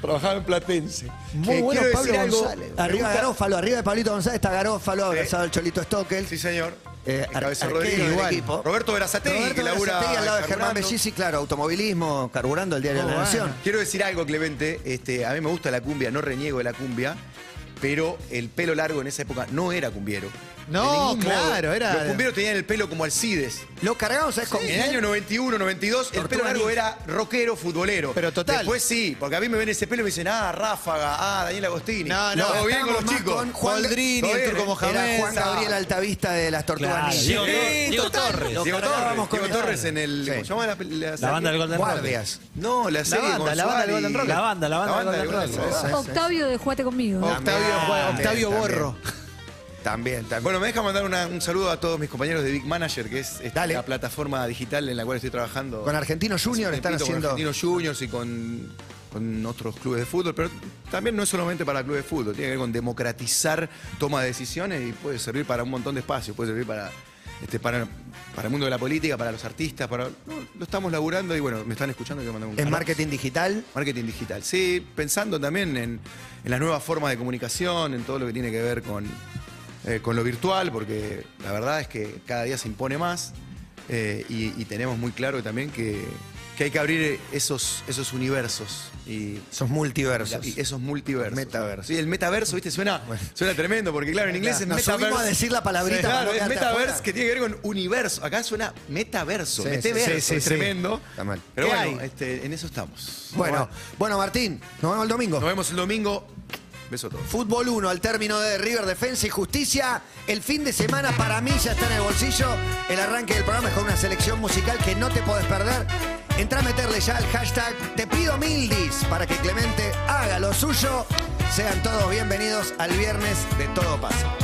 Speaker 4: Trabajaba en Platense.
Speaker 3: Muy
Speaker 4: Eh,
Speaker 3: bueno
Speaker 4: quiero
Speaker 3: Pablo
Speaker 4: decir algo.
Speaker 3: González.
Speaker 4: Me
Speaker 2: Arriba
Speaker 4: gusta-
Speaker 2: de Garófalo, arriba de Pablito González está Garófalo, abrazado el Cholito Stockel.
Speaker 4: Sí, señor.
Speaker 2: Eh,
Speaker 4: El cabeza
Speaker 2: ar-
Speaker 4: Rodríguez,
Speaker 2: arquero del
Speaker 4: igual.
Speaker 2: equipo.
Speaker 4: Roberto Berazategui,
Speaker 2: Roberto
Speaker 4: que labura
Speaker 2: Berazategui al lado de Germán
Speaker 4: carburando.
Speaker 2: Bellisi, claro, automovilismo, carburando el diario de la
Speaker 3: Muy
Speaker 2: Nación.
Speaker 4: Quiero decir algo, Clemente. Este, a mí me gusta la cumbia, no reniego de la cumbia, pero el pelo largo en esa época no era cumbiero.
Speaker 3: No,
Speaker 4: De ningún
Speaker 3: claro, era-
Speaker 4: Los cumbieros tenían el pelo como Alcides.
Speaker 2: Lo cargamos, ¿sabes con ¿Eh?
Speaker 4: En el
Speaker 2: quién?
Speaker 4: año 91, 92, el pelo
Speaker 2: Tortuga
Speaker 4: largo
Speaker 2: Ninja.
Speaker 4: era rockero, futbolero.
Speaker 3: Pero total.
Speaker 4: Después sí, porque a mí me ven ese pelo y me dicen, ah, Ráfaga, ah, Daniel Agostini.
Speaker 3: No, no,
Speaker 4: Todo bien con los
Speaker 2: Estábamos más
Speaker 4: chicos.
Speaker 2: con Juan
Speaker 3: Coldrini,
Speaker 4: Todo
Speaker 3: el
Speaker 4: bien,
Speaker 3: turco
Speaker 4: era
Speaker 3: Mohamed.
Speaker 2: Era Juan Gabriel Altavista de las Tortugas
Speaker 6: Claro,
Speaker 2: Ninja.
Speaker 6: Diego, Diego
Speaker 2: total,
Speaker 6: Torres.
Speaker 2: lo
Speaker 4: Diego
Speaker 2: cargábamos
Speaker 4: Torres,
Speaker 2: con
Speaker 4: Diego
Speaker 2: el-
Speaker 4: Torres en el.
Speaker 2: Sí.
Speaker 4: ¿Cómo se llama la, la
Speaker 6: La banda del Golden Rock.
Speaker 2: Guardias.
Speaker 4: No, la serie
Speaker 3: banda,
Speaker 4: con
Speaker 3: la banda del
Speaker 4: Suárez.
Speaker 3: Golden Rock.
Speaker 6: La banda, la banda del
Speaker 4: del
Speaker 6: Golden
Speaker 4: Golden
Speaker 6: Rock.
Speaker 4: Rock.
Speaker 2: Sí, sí, sí.
Speaker 5: Octavio de Jugate conmigo.
Speaker 3: Octavio, Juan- Octavio
Speaker 2: también.
Speaker 3: Borro.
Speaker 2: También, también.
Speaker 4: Bueno, me deja mandar una- un saludo a todos mis compañeros de Big Manager, que es esta,
Speaker 2: Dale.
Speaker 4: la plataforma digital en la cual estoy trabajando.
Speaker 2: Con Argentinos Junior
Speaker 4: Hace
Speaker 2: están
Speaker 4: tiempito
Speaker 2: haciendo.
Speaker 4: Con Argentinos Juniors y con, con otros clubes de fútbol, pero también no es solamente para clubes de fútbol, tiene que ver con democratizar toma de decisiones y puede servir para un montón de espacios, puede servir para, este, para, para el mundo de la política, para los artistas, para. no, lo estamos laburando y bueno, me están escuchando que mandar un
Speaker 2: En marketing digital.
Speaker 4: Marketing digital, sí, pensando también en, en las nuevas formas de comunicación, en todo lo que tiene que ver con, eh, con lo virtual, porque la verdad es que cada día se impone más eh, y, y tenemos muy claro también que, que hay que abrir esos, esos universos y,
Speaker 2: Esos multiversos.
Speaker 4: y esos multiversos.
Speaker 2: Metaverso.
Speaker 4: Sí, el metaverso, ¿viste? Suena, suena tremendo, porque claro, en inglés
Speaker 2: Nos
Speaker 4: es metaverse.
Speaker 2: subimos a decir la palabrita
Speaker 4: Sí,
Speaker 2: para
Speaker 4: claro,
Speaker 2: no
Speaker 4: es
Speaker 2: quedarte
Speaker 4: metaverse
Speaker 2: afuera.
Speaker 4: que tiene que ver con universo. Acá suena metaverso,
Speaker 2: Sí,
Speaker 4: meteverso,
Speaker 2: sí, sí,
Speaker 4: es
Speaker 2: sí.
Speaker 4: tremendo.
Speaker 2: Está mal.
Speaker 4: Pero
Speaker 2: ¿Qué
Speaker 4: bueno,
Speaker 2: hay?
Speaker 4: este, en eso estamos.
Speaker 2: Bueno, bueno, Martín, nos vemos el domingo.
Speaker 4: Nos vemos el domingo. Beso a todos.
Speaker 2: Fútbol 1 al término de River Defensa y Justicia. El fin de semana para mí ya está en el bolsillo. El arranque del programa es con una selección musical que no te podés perder. Entrá a meterle ya el hashtag Te pido Mildis para que Clemente haga lo suyo. Sean todos bienvenidos al viernes de Todo Pasa.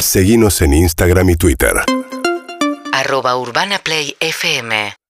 Speaker 7: Seguinos en Instagram y Twitter.
Speaker 8: arroba urbanaplayfm